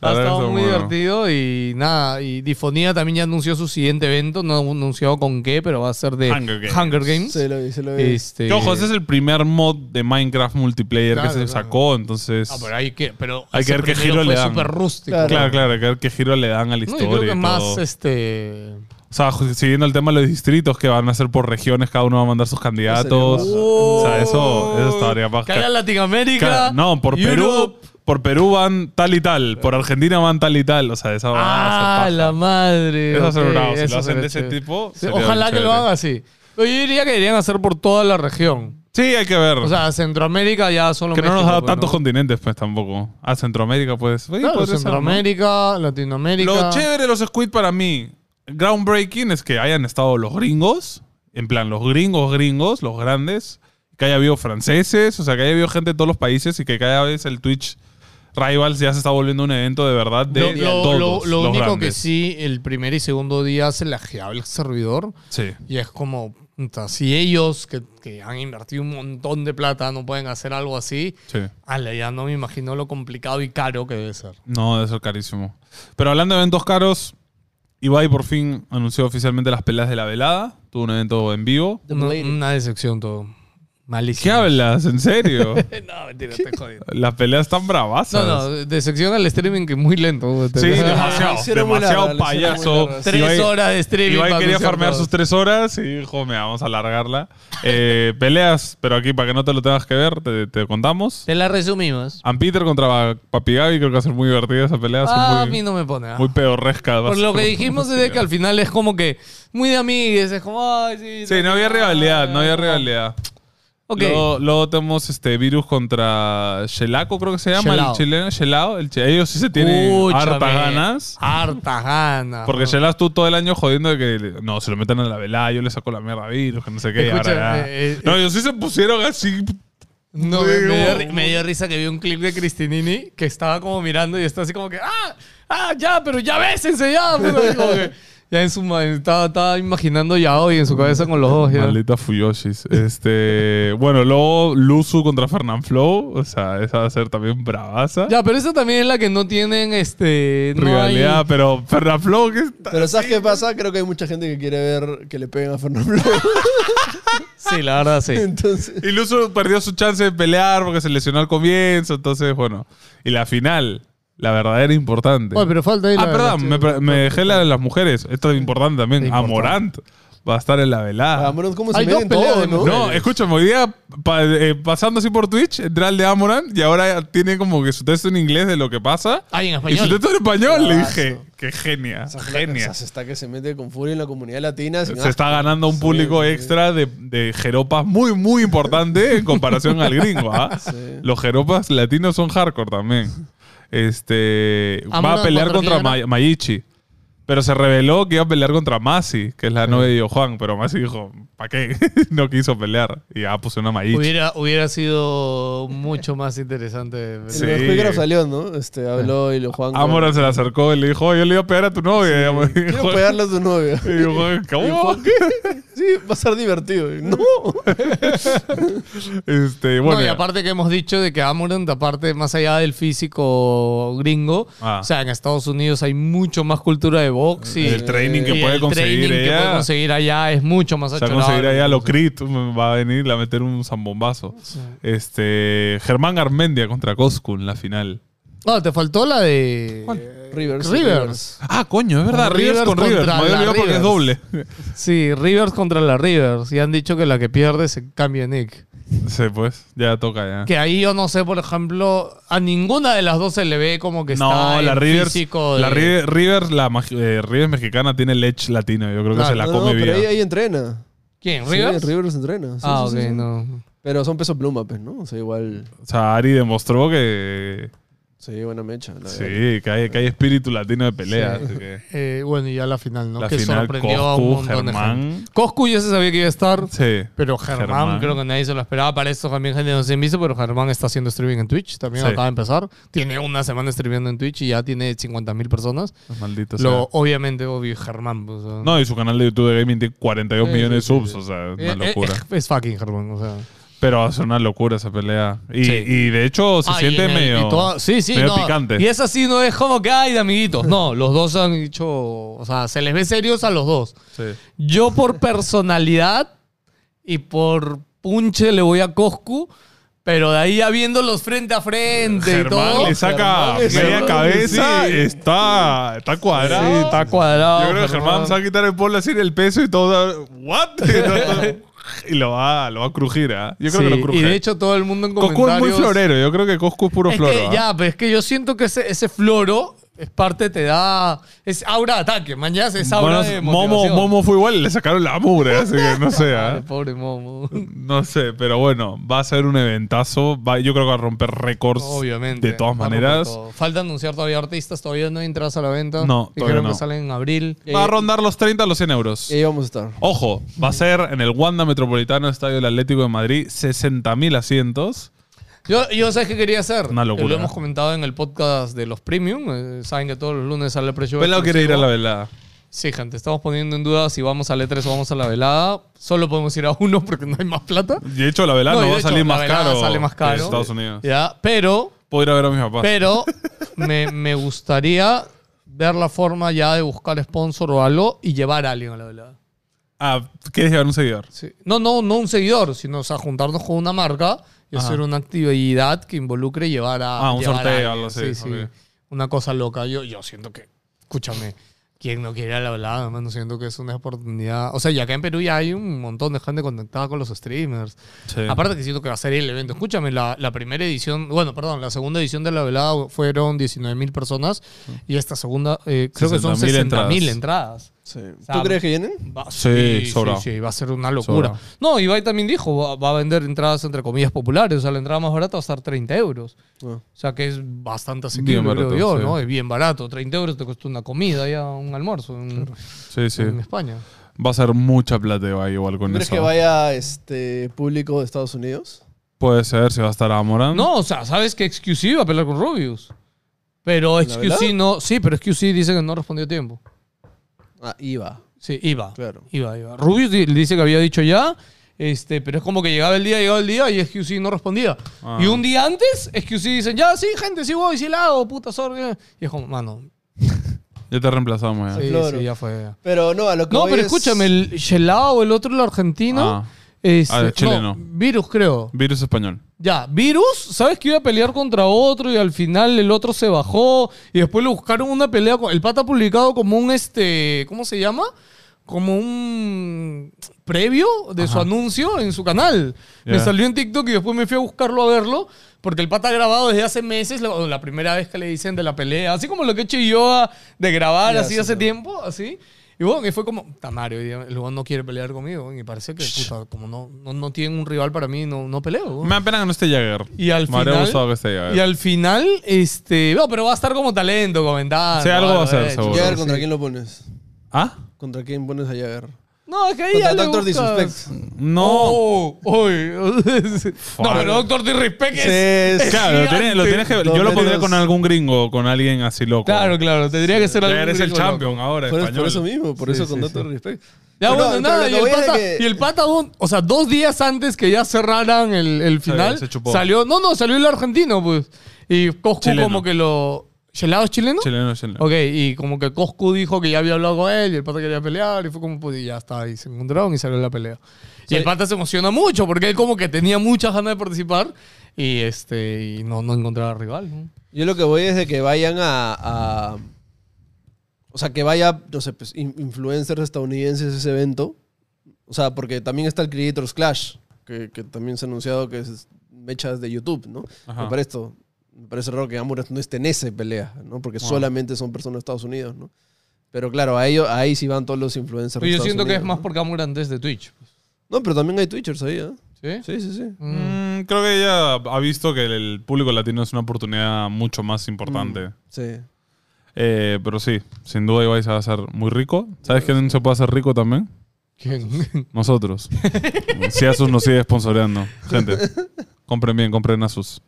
S4: La
S2: Ha
S4: verdad
S2: estado
S4: está
S2: muy
S4: bueno.
S2: divertido y nada. Y Difonía también ya anunció su siguiente evento. No ha anunciado con qué, pero va a ser de
S4: Hunger Games.
S2: Games.
S1: se lo vi, se lo vi.
S2: Este,
S4: Que, ojo, ese es el primer mod de Minecraft multiplayer
S2: Claro,
S4: que se
S2: claro.
S4: sacó, entonces.
S2: Ah, pero hay que, pero
S4: Hay que
S2: ese
S4: ver qué
S2: primero
S4: giro
S2: fue
S4: le dan.
S2: súper rústico.
S1: Claro.
S4: Claro, claro, hay que ver qué giro le dan a la
S2: No,
S4: historia.
S2: y creo que
S4: y
S2: más
S4: todo.
S2: este.
S4: O sea, ju- siguiendo el tema de los distritos que van a ser por regiones, cada uno va a mandar sus candidatos.
S1: sería
S4: O sea, eso, eso estaría más
S2: Que haya
S4: ca-
S2: Latinoamérica.
S4: ca- No, por Perú,
S2: Europe.
S4: por Perú van tal y tal, por Argentina van tal y tal. O sea, esa va a
S2: Ah,
S4: ser paja.
S2: la madre.
S4: Eso
S2: ok,
S4: sería bravo. Si
S2: eso
S4: lo hacen
S2: sería
S4: de ese
S2: chévere.
S4: tipo.
S2: Sí,
S4: sería
S2: Ojalá que
S4: chévere.
S2: lo hagan así. Pero yo diría que deberían hacer por toda la región.
S4: Sí, hay que ver.
S2: O sea, Centroamérica ya solo
S4: que no nos
S2: México,
S4: da
S2: pero-
S4: tantos continentes, pues tampoco. A Centroamérica, pues. Oye,
S2: Claro,
S4: podría ser, ¿no?
S2: Centroamérica, Latinoamérica.
S4: Lo chévere de los Squid para mí, groundbreaking, es que hayan estado los gringos, en plan, los gringos, gringos, los grandes, que haya habido franceses, o sea, que haya habido gente de todos los países y que cada vez el Twitch Rivals ya se está volviendo un evento de verdad de
S2: Lo- lo,
S4: todos
S2: lo- lo
S4: los
S2: único que
S4: grandes.
S2: sí, el primer y segundo día se lajeaba el servidor.
S4: Sí.
S2: Y es como, puta, si ellos que, que han invertido un montón de plata no pueden hacer algo así,
S4: Sí.
S2: ala, ya no me imagino lo complicado y caro que debe ser.
S4: No, debe ser carísimo. Pero hablando de eventos caros, Ibai por fin anunció oficialmente las peleas de la velada. Tuvo un evento en vivo.
S1: The
S2: Una,
S1: Blade.
S2: una decepción todo.
S4: ¿Qué
S2: Malísimo.
S4: hablas? ¿En serio?
S2: Eh, no, mentira, te jodido.
S4: las peleas están bravas.
S2: No, no, decepción al streaming que muy lento.
S4: Sí,
S1: lo
S4: demasiado,
S1: hicieron muy larga,
S4: demasiado
S1: lo hicieron muy
S4: payaso.
S1: larga.
S2: Tres
S4: Ibai-
S2: horas de streaming.
S4: Ibai
S2: para
S4: quería
S2: anunciar
S4: farmear
S2: todo.
S4: sus tres horas y dijo, mira, vamos a alargarla. Eh, peleas, pero aquí para que no te lo tengas que ver, te, te contamos.
S2: Te la resumimos.
S4: Ampeter contra Ba- Papi Gaby, creo que va a ser muy divertida esa pelea. son
S2: Ah, a
S4: muy,
S2: mí no me pone. ah.
S4: muy peorresca. va a
S2: Por lo
S4: ser.
S2: que dijimos es de que al final es como que muy de amigues, es como, ay, sí.
S4: Sí, no había rivalidad, no había rivalidad.
S2: Ok.
S4: Luego, luego tenemos este Virus contra Shelaco, creo que se llama,
S2: Shelao.
S4: el chileno. Shelao, el chi- ellos sí se tienen
S2: Escúchame,
S4: hartas ganas.
S2: Hartas ganas.
S4: Porque
S2: ¿no?
S4: Shelas tú todo el año jodiendo de que no, se lo metan a la velada, yo le saco la mierda a virus, que no sé qué. y ahora
S2: Escucha,
S4: ya.
S2: eh, eh,
S4: no, ellos sí se pusieron así.
S2: No, me, me dio,
S4: Digo-
S2: ri- me dio risa que vi un clip de Cristinini que estaba como mirando y está así como que, ah, ah, ya, pero ya bésense, ya. pero así como que ya en su ma- estaba, estaba imaginando ya hoy en su cabeza con los ojos. ya.
S4: Maldita Fuyoshis. Este, bueno, luego Luzu contra Fernand Flow. O sea, esa va a ser también bravaza.
S2: Ya, pero esa también es la que no tienen este. No
S4: Rivalidad,
S2: hay,
S4: pero Fernand Flow, que está.
S1: Pero ¿sabes qué pasa? Creo que hay mucha gente que quiere ver que le peguen a Fernando Blanco.
S2: sí, la verdad, sí.
S1: Entonces,
S4: Y Luzu perdió su chance de pelear porque se lesionó al comienzo. Entonces, bueno. Y la final, la verdadera importante.
S2: Oye, pero falta ahí
S4: Ah,
S2: la-
S4: perdón, me, pre- me dejé la de las mujeres. Esto es importante también.
S2: Importante. Ah,
S4: Amorant va a estar en la velada.
S1: Amorant, ¿cómo Ah, se
S2: Hay dos
S1: meten todos,
S2: peleas de
S1: no?
S2: mujeres.
S4: No, escúchame, hoy día pa- eh, pasando así por Twitch, entré al de Amoran y ahora tiene como que su texto en inglés de lo que pasa.
S2: Ay, en
S4: Y su
S2: español.
S4: texto en español, le
S1: Clavazo.
S4: dije, qué genia, genia.
S1: O sea, se está que se mete con furia en la comunidad latina. sin
S4: Se
S1: asco.
S4: está ganando un público
S1: sí, sí.
S4: extra de, de jeropas muy, muy importante en comparación al gringo. ¿ah? Los jeropas latinos son hardcore también. Este, va
S2: Amoran
S4: a pelear
S2: contra
S4: contra
S2: quién era?
S4: May- Mayichi. Pero se reveló que iba a pelear contra Masi, que es la novia de Dio Juan. Pero Masi dijo, ¿para qué? no quiso pelear. Y ya puso una Mayichi.
S2: Hubiera, hubiera sido mucho más interesante.
S1: En
S4: Sí.
S1: los Quickcraft salió, ¿no? Este, habló y lo Juan.
S4: Amora se le acercó y le dijo, yo le iba a pegar a tu novia. Y
S1: Quiero
S4: dijo-
S1: pegarle a tu novia.
S4: y dijo, ¿cómo?
S1: Sí, va a ser divertido. Y, No.
S4: Este,
S2: No,
S4: bueno,
S2: y
S4: ya.
S2: aparte que hemos dicho de que Amorant, aparte, más allá del físico gringo,
S4: Ah.
S2: o sea, en Estados Unidos hay mucho más cultura de box y
S4: El training que
S2: y
S4: puede conseguir
S2: training que
S4: ella.
S2: puede conseguir allá es mucho más
S4: O sea,
S2: achorado.
S4: conseguir allá lo crit, va a venir a meter un zambombazo. Este, Germán Armendia contra Koskun, la final.
S2: No, Ah, te faltó la de
S1: Rivers.
S2: Rivers.
S4: Ah, coño, es verdad,
S2: Con
S4: Rivers
S2: Rivers
S4: con Rivers. Me
S2: contra
S4: había
S2: la
S4: olvidado porque es doble.
S2: Rivers. Sí, Rivers contra la Rivers. Y han dicho que la que pierde se cambia Nick.
S4: Sí, pues, ya toca ya.
S2: Que ahí yo no sé, por ejemplo, a ninguna de las dos se le ve como que
S4: No,
S2: está
S4: la
S2: en
S4: Rivers,
S2: físico de-
S4: la Ri- Rivers, la magi- eh, Rivers mexicana tiene el edge latino. Yo creo que
S2: Claro.
S4: se la
S1: No, no,
S4: come
S1: pero
S4: viva.
S1: ahí, ahí entrena.
S2: ¿Quién?
S1: Sí,
S2: ¿Rivers?
S1: Rivers entrena. Sí,
S2: ah,
S1: sí,
S2: ok,
S1: sí, sí.
S2: no.
S1: Pero son peso pluma, pues, ¿no? O sea, igual.
S4: O sea, Ari demostró que
S1: Sí, buena mecha. la verdad.
S4: sí, que hay, que hay espíritu latino de pelea. así que-
S2: Eh, bueno, y ya la final, ¿no?
S4: La
S2: que
S4: final,
S2: sorprendió a
S4: Coscu,
S2: un montón
S4: Germán.
S2: de gente. Coscu ya se sabía que iba a estar,
S4: Sí.
S2: pero Germán,
S4: Germán.
S2: creo que nadie se lo esperaba. Para esto también gente no se me hizo, pero Germán está haciendo streaming en Twitch. También
S4: Sí.
S2: acaba de empezar. Tiene una semana streameando en Twitch y ya tiene 50.000 personas.
S4: Maldito sea.
S2: Lo, obviamente, obvio, Germán. pues, o sea.
S4: No, y su canal de YouTube de gaming tiene 42
S2: Sí,
S4: millones
S2: sí,
S4: de
S2: sí,
S4: subs,
S2: sí.
S4: o sea,
S2: Eh,
S4: una
S2: eh,
S4: locura.
S2: Es, es fucking Germán, o sea.
S4: Pero es una locura esa pelea. Y,
S2: Sí.
S4: y de hecho se
S2: Ah, y
S4: siente
S2: en el-
S4: medio,
S2: y toda- sí, sí,
S4: medio
S2: no.
S4: picante.
S2: Y es así, no es como que hay de amiguitos. No, los dos han dicho. O sea, se les ve serios a los dos.
S4: Sí.
S2: Yo por personalidad y por punche le voy a Coscu, pero de ahí ya viéndolos frente a frente y todo.
S4: Germán le saca
S1: Germán es-
S4: media
S1: Germán,
S4: cabeza,
S1: sí.
S4: está, está cuadrado.
S2: Sí, está cuadrado.
S4: Yo creo que Germán se va a quitar el polo así en el peso y todo. ¿What? Y, todo- y lo, va, lo va a crujir, ¿ah? Yo creo
S2: Sí,
S4: que lo cruje.
S2: Y de hecho todo el mundo en
S4: Coscu es
S2: comentarios...
S4: muy florero. Yo creo que Coscu es puro
S2: Es
S4: floro.
S2: que,
S4: ¿ah?
S2: ya, pero es que yo siento que ese, ese floro es parte, te da... Es aura de ataque, mañana es aura
S4: Bueno,
S2: de
S4: Momo,
S2: motivación.
S4: Momo fue igual, le sacaron la mugre, así que no sé. ¿ah?
S2: Ay, pobre Momo.
S4: No sé, pero bueno, va a ser un eventazo. Va- yo creo que va a romper récords.
S2: Obviamente.
S4: Pues, De todas
S2: va a romper
S4: maneras.
S2: todo. Falta anunciar todavía artistas, todavía no hay entradas a la venta.
S4: No, todavía
S2: Dijeron
S4: no.
S2: que salen en abril. Eh,
S4: Va a rondar los 30 a los 100 euros.
S1: Y ahí vamos a estar.
S4: Ojo, va a ser en el Wanda Metropolitano Estadio del Atlético de Madrid, 60.000 asientos.
S2: Yo, yo sabes qué quería hacer.
S4: Una locura.
S2: Que Lo hemos comentado en el podcast de los premium. eh, saben que todos los lunes sale el precio.
S4: Pelado Pues, quiere ir a la velada.
S2: Sí, gente, estamos poniendo en duda si vamos al E3 o vamos a la velada. Solo podemos ir a uno porque no hay más plata.
S4: De hecho, la velada no,
S2: y de
S4: va a
S2: hecho,
S4: salir
S2: la
S4: más
S2: velada
S4: caro.
S2: Sale más
S4: que
S2: caro.
S4: Estados Unidos.
S2: Ya, pero,
S4: Puedo ir a ver a mis papás.
S2: pero me, me gustaría ver la forma ya de buscar sponsor o algo y llevar a alguien a la velada.
S4: ah, ¿quieres llevar un seguidor?
S2: Sí. No, no, no un seguidor, sino o sea, juntarnos con una marca y
S4: Ajá.
S2: hacer una actividad que involucre llevar a.
S4: Ah, un
S2: llevar a
S4: sorteo,
S2: alguien.
S4: algo así, ok.
S2: Una cosa loca. Yo, yo siento que, escúchame, quien no quiere ir a la velada, hermano, siento que es una oportunidad. O sea, ya acá en Perú ya hay un montón de gente conectada con los streamers.
S4: Sí.
S2: Aparte que siento que va a ser el evento. Escúchame, la, la primera edición, bueno, perdón, la segunda edición de la velada fueron 19 mil personas y esta segunda eh, creo que son
S4: 60.000
S2: 60 mil entradas.
S1: Sí. ¿Tú
S2: Sam.
S1: crees que vienen?
S2: Va-
S4: Sí, sobra.
S2: sí, sí, va a ser una locura.
S4: Sobra.
S2: No, Ibai también dijo, va, va a vender entradas entre comillas populares, o sea, la entrada más barata va a estar 30 euros.
S1: No.
S2: O sea, que es bastante asequible,
S4: Bien barato,
S2: creo yo,
S4: sí.
S2: ¿no? Es bien barato. 30 euros te cuesta una comida, ya un almuerzo en,
S4: Sí, sí.
S2: en España.
S4: Va a ser mucha plateo ahí igual con
S1: ¿Crees
S4: eso.
S1: que vaya este público de Estados Unidos?
S4: Puede ser si va a estar Amorán.
S2: No, o sea, sabes que XQC va a pelear con Rubius. Pero
S1: ¿La verdad?
S2: XQC no, sí, pero XQC dice que no respondió a tiempo.
S1: Ah, iba.
S2: Sí, iba.
S1: Claro.
S2: Iba, iba. Rubius di- dice que había dicho ya, este, pero es como que llegaba el día, llegaba el día y SQC no respondía.
S4: Ah.
S2: Y un día antes, SQC dicen, ya, sí, gente, sí voy, sí la hago, puta sorry. Y es como, mano,
S4: Ya te reemplazamos. ya.
S2: sí,
S1: Ah, Claro.
S2: sí, ya fue.
S1: Pero no, a lo que
S2: No,
S1: voy
S2: pero
S1: es-
S2: escúchame, el Shelao, el otro, el argentino.
S4: Ah.
S2: este,
S4: Ah, el chileno.
S2: no, virus, creo.
S4: Virus español.
S2: Ya, Virus, ¿sabes que iba a pelear contra otro y al final el otro se bajó y después le buscaron una pelea con... El pata ha publicado como un este... ¿Cómo se llama? Como un previo de su anuncio en su canal.
S4: Ya.
S2: Me salió en TikTok y después me fui a buscarlo a verlo porque el pata ha grabado desde hace meses, la, la primera vez que le dicen de la pelea, así como lo que he hecho yo ah, de grabar
S1: Ya,
S2: así
S1: sí,
S2: hace
S1: claro.
S2: tiempo, así. Y bueno, y fue como, Tamario, el huevón no quiere pelear conmigo. Y parece que, puta, como no, no, no tienen un rival para mí, no, no peleo. huevón.
S4: Me da pena que no esté Jagger.
S2: Y al
S4: Me habría
S2: final-
S4: gustado que eh. esté Jagger.
S2: Y al final, este. No, pero va a estar como talento comentando.
S4: Sí, algo va a ser,
S2: eh,
S4: seguro.
S1: Jagger,
S2: sí.
S1: ¿contra quién lo pones?
S4: ¿Ah?
S1: ¿Contra quién pones a Jagger?
S2: No, es que ahí
S1: Contra
S2: ya le
S1: Doctor
S2: buscas.
S1: Disrespect.
S4: No.
S2: Oh, uy. no, pero Doctor Disrespect es.
S1: Sí, es-
S2: es
S4: Claro, lo tienes, lo
S2: gigante.
S4: tienes que. Yo lo
S1: Dominios.
S4: pondría con algún gringo, con alguien así loco.
S2: Claro, claro, tendría que ser algo.
S4: Ya eres el
S2: gringo,
S4: champion
S2: loco.
S4: ahora,
S1: Por,
S4: español.
S1: por eso mismo, por
S4: Sí,
S1: eso
S4: sí,
S1: con
S4: sí.
S1: Doctor Respect. Pero
S2: Ya,
S1: no,
S2: bueno,
S1: pero
S2: nada.
S1: lo
S2: Y
S1: que
S2: el,
S1: voy es
S2: pata,
S1: que-
S2: y el pata, un- o sea, dos días antes que ya cerraran el, el final,
S4: se chupó.
S2: salió. No, no, salió el argentino, pues. Y Coscu
S4: Chileno.
S2: como que lo. ¿Chelado es chileno?
S4: Chileno, chileno.
S2: Ok, y como que Coscu dijo que ya había hablado con él y el pata quería pelear y fue como, pues, y ya está, y se encontraron y salió la pelea. Y el pata se emociona mucho porque él como que tenía muchas ganas de participar y este y no, no encontraba rival. ¿no?
S1: Yo lo que voy es de que vayan a, a- O sea, que vaya, no sé, pues, in- influencers estadounidenses a ese evento. O sea, porque también está el Creators Clash, que, que también se ha anunciado que es mechas de YouTube, ¿no?
S4: Ajá.
S1: Me parece esto. Me parece raro que Amuras no esté en esa pelea, ¿no? Porque solamente son personas de Estados Unidos, ¿no? Pero claro, a ellos, ahí sí van todos los influencers.
S2: Pero
S1: de
S2: Pues yo
S1: Estados
S2: siento que es
S1: Unidos,
S2: más
S1: ¿no?
S2: por cámara antes de Twitch. pues,
S1: No, pero también hay Twitchers ahí, ¿eh?
S2: ¿Sí?
S1: Sí, sí, sí.
S2: Mm.
S4: Mm, creo que ella ha visto que el público latino es una oportunidad mucho más importante.
S2: Mm.
S1: Sí.
S4: Eh, pero sí, sin duda Ibai se va a hacer muy rico. ¿Sabes quién se puede hacer rico también?
S2: ¿Quién?
S4: Nosotros. si Asus nos sigue sponsoreando. Gente, compren bien, compren Asus.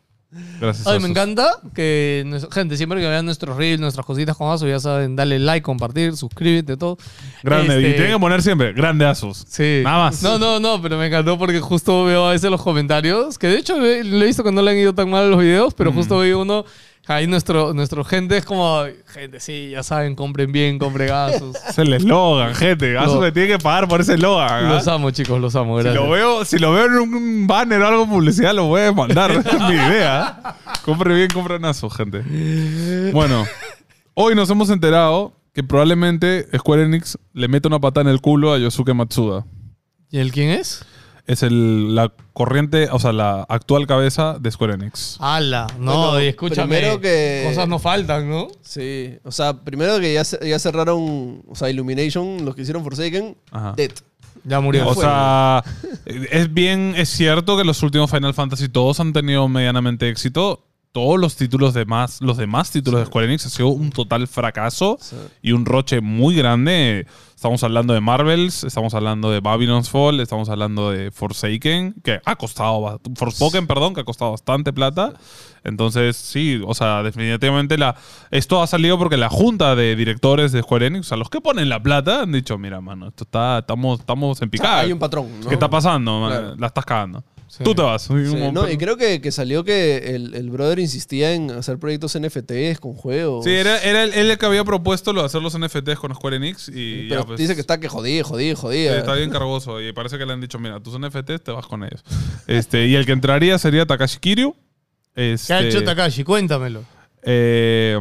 S4: Gracias.
S2: Ay,
S4: Asus.
S2: me encanta que, nuestra- gente, siempre que vean nuestros reels, nuestras cositas con Asus, ya saben, dale like, compartir, suscríbete, todo.
S4: Grande. Y
S2: Este-
S4: tienen que poner siempre, grande Asus.
S2: Sí.
S4: Nada más.
S2: No, no, no, pero me encantó porque justo veo a veces los comentarios, que de hecho eh, lo he visto que no le han ido tan mal a los videos, pero
S4: Mm.
S2: justo veo uno, ahí nuestro, nuestro gente es como, gente, sí, ya saben, compren bien, compren gasos.
S4: Es el eslogan, gente. Asus
S2: Lo-
S4: le tiene que pagar por ese eslogan. ¿ah?
S2: los amo, chicos, los amo,
S4: Si
S2: gracias.
S4: lo, veo, si lo veo en un banner o algo de publicidad, lo voy a mandar. Es mi idea. Compre bien, compra nazo, gente. Bueno, hoy nos hemos enterado que probablemente Square Enix le meta una patada en el culo a Yosuke Matsuda.
S2: ¿Y el quién es?
S4: Es el, la corriente, o sea, la actual cabeza de Square Enix.
S2: Ala, no,
S1: Bueno,
S2: y escúchame.
S1: primero que-
S2: Cosas no faltan, ¿no?
S1: Sí, o sea, primero que ya, ce- ya cerraron, o sea, Illumination, los que hicieron Forsaken,
S4: Ajá.
S1: Dead.
S2: Ya murió.
S4: O sea, es bien, es cierto que los últimos Final Fantasy todos han tenido medianamente éxito. Todos los títulos demás, los demás títulos de Square Enix ha sido un total fracaso
S1: Sí.
S4: y un roche muy grande. Estamos hablando de Marvels, estamos hablando de Babylon's Fall, estamos hablando de Forsaken, que ha costado, ba- Forspoken, perdón, que ha costado bastante plata. Entonces, sí, o sea, definitivamente la, esto ha salido porque la junta de directores de Square Enix, o sea, los que ponen la plata, han dicho, mira, mano, esto está, estamos, estamos en picada.
S1: Hay un patrón, ¿no?
S4: ¿Qué está pasando? man?
S1: Claro.
S4: La estás cagando.
S2: Sí.
S4: Tú te vas. Y
S1: Sí,
S4: como-
S1: no, y creo que, que salió que el, el brother insistía en hacer proyectos NFTs con juegos.
S4: Sí, era, eh, era el, él el que había propuesto lo de hacer los NFTs con Square Enix y
S1: Pero
S4: ya, pues,
S1: dice que está que jodía, jodía,
S4: sí,
S1: jodía.
S4: está bien cargoso y parece que le han dicho, mira, tus NFTs te vas con ellos. este, y el que entraría sería Takashi Kiryu.
S2: ¿Qué ha
S4: Este,
S2: hecho Takashi? Cuéntamelo.
S4: eh,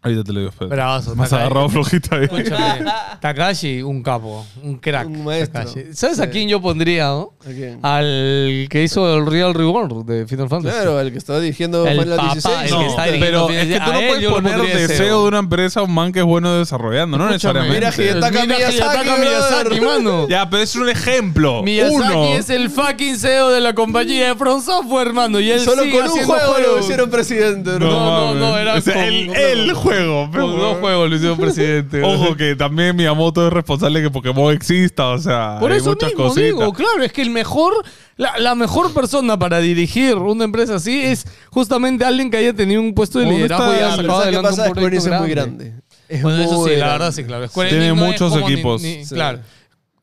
S4: ahorita te lo digo, espera.
S2: Bravazo,
S4: Más
S2: Takashi.
S4: agarrado flojita. ahí.
S2: Escúchame, Takashi, un capo, un crack.
S1: Un maestro.
S2: Takashi. ¿Sabes a
S1: Sí.
S2: quién yo pondría, no?
S1: ¿A quién?
S2: Ah, Al que hizo el Real Reward de Final Fantasy.
S1: Claro, el que estaba dirigiendo
S2: El
S1: Final
S2: papá,
S1: 16.
S2: el que está ahí.
S4: pero es que
S2: A
S4: tú no
S2: él
S4: puedes
S2: yo lo
S4: poner
S2: pondría de
S4: deseo
S2: CEO.
S4: de una empresa a un man que es bueno desarrollando, no
S2: Escúchame.
S1: Mira
S4: necesariamente.
S1: Hidetaka
S2: Mira
S1: Miyazaki,
S2: Hidetaka Miyazaki,
S1: brother.
S2: mano.
S4: Ya, pero es un ejemplo.
S2: Miyazaki
S4: Uno.
S2: es el fucking CEO de la compañía de From Software, hermano. Y él
S1: Solo
S2: sigue
S1: con un
S2: haciendo
S1: juego lo
S2: juegos.
S1: hicieron presidente, bro.
S2: No, no, no,
S4: mames.
S2: era
S4: O sea,
S2: con-
S4: el,
S2: con-
S4: el juego.
S2: Con
S4: pero-
S2: dos juegos lo hicieron presidente.
S4: Ojo que también Miyamoto es responsable de que Pokémon exista, o sea,
S2: Por
S4: hay
S2: eso
S4: muchas
S2: mismo
S4: cositas.
S2: digo, claro, es que el mejor, la, la mejor persona para dirigir una empresa así es justamente alguien que haya tenido un puesto de
S4: ¿Dónde
S2: liderazgo y
S4: está
S2: haya
S4: el-
S1: Pero
S2: sacado
S1: ¿sabes qué
S2: adelante
S1: pasa?
S2: un
S1: Square Enix
S2: proyecto
S1: es muy
S2: grande.
S1: grande. Es
S2: Bueno, eso
S1: muy
S2: sí, la
S1: grande.
S2: verdad sí, claro. Square
S4: Tiene
S2: Enix no es
S4: muchos
S2: como ni-
S4: equipos.
S2: ni-
S1: Sí.
S2: Claro.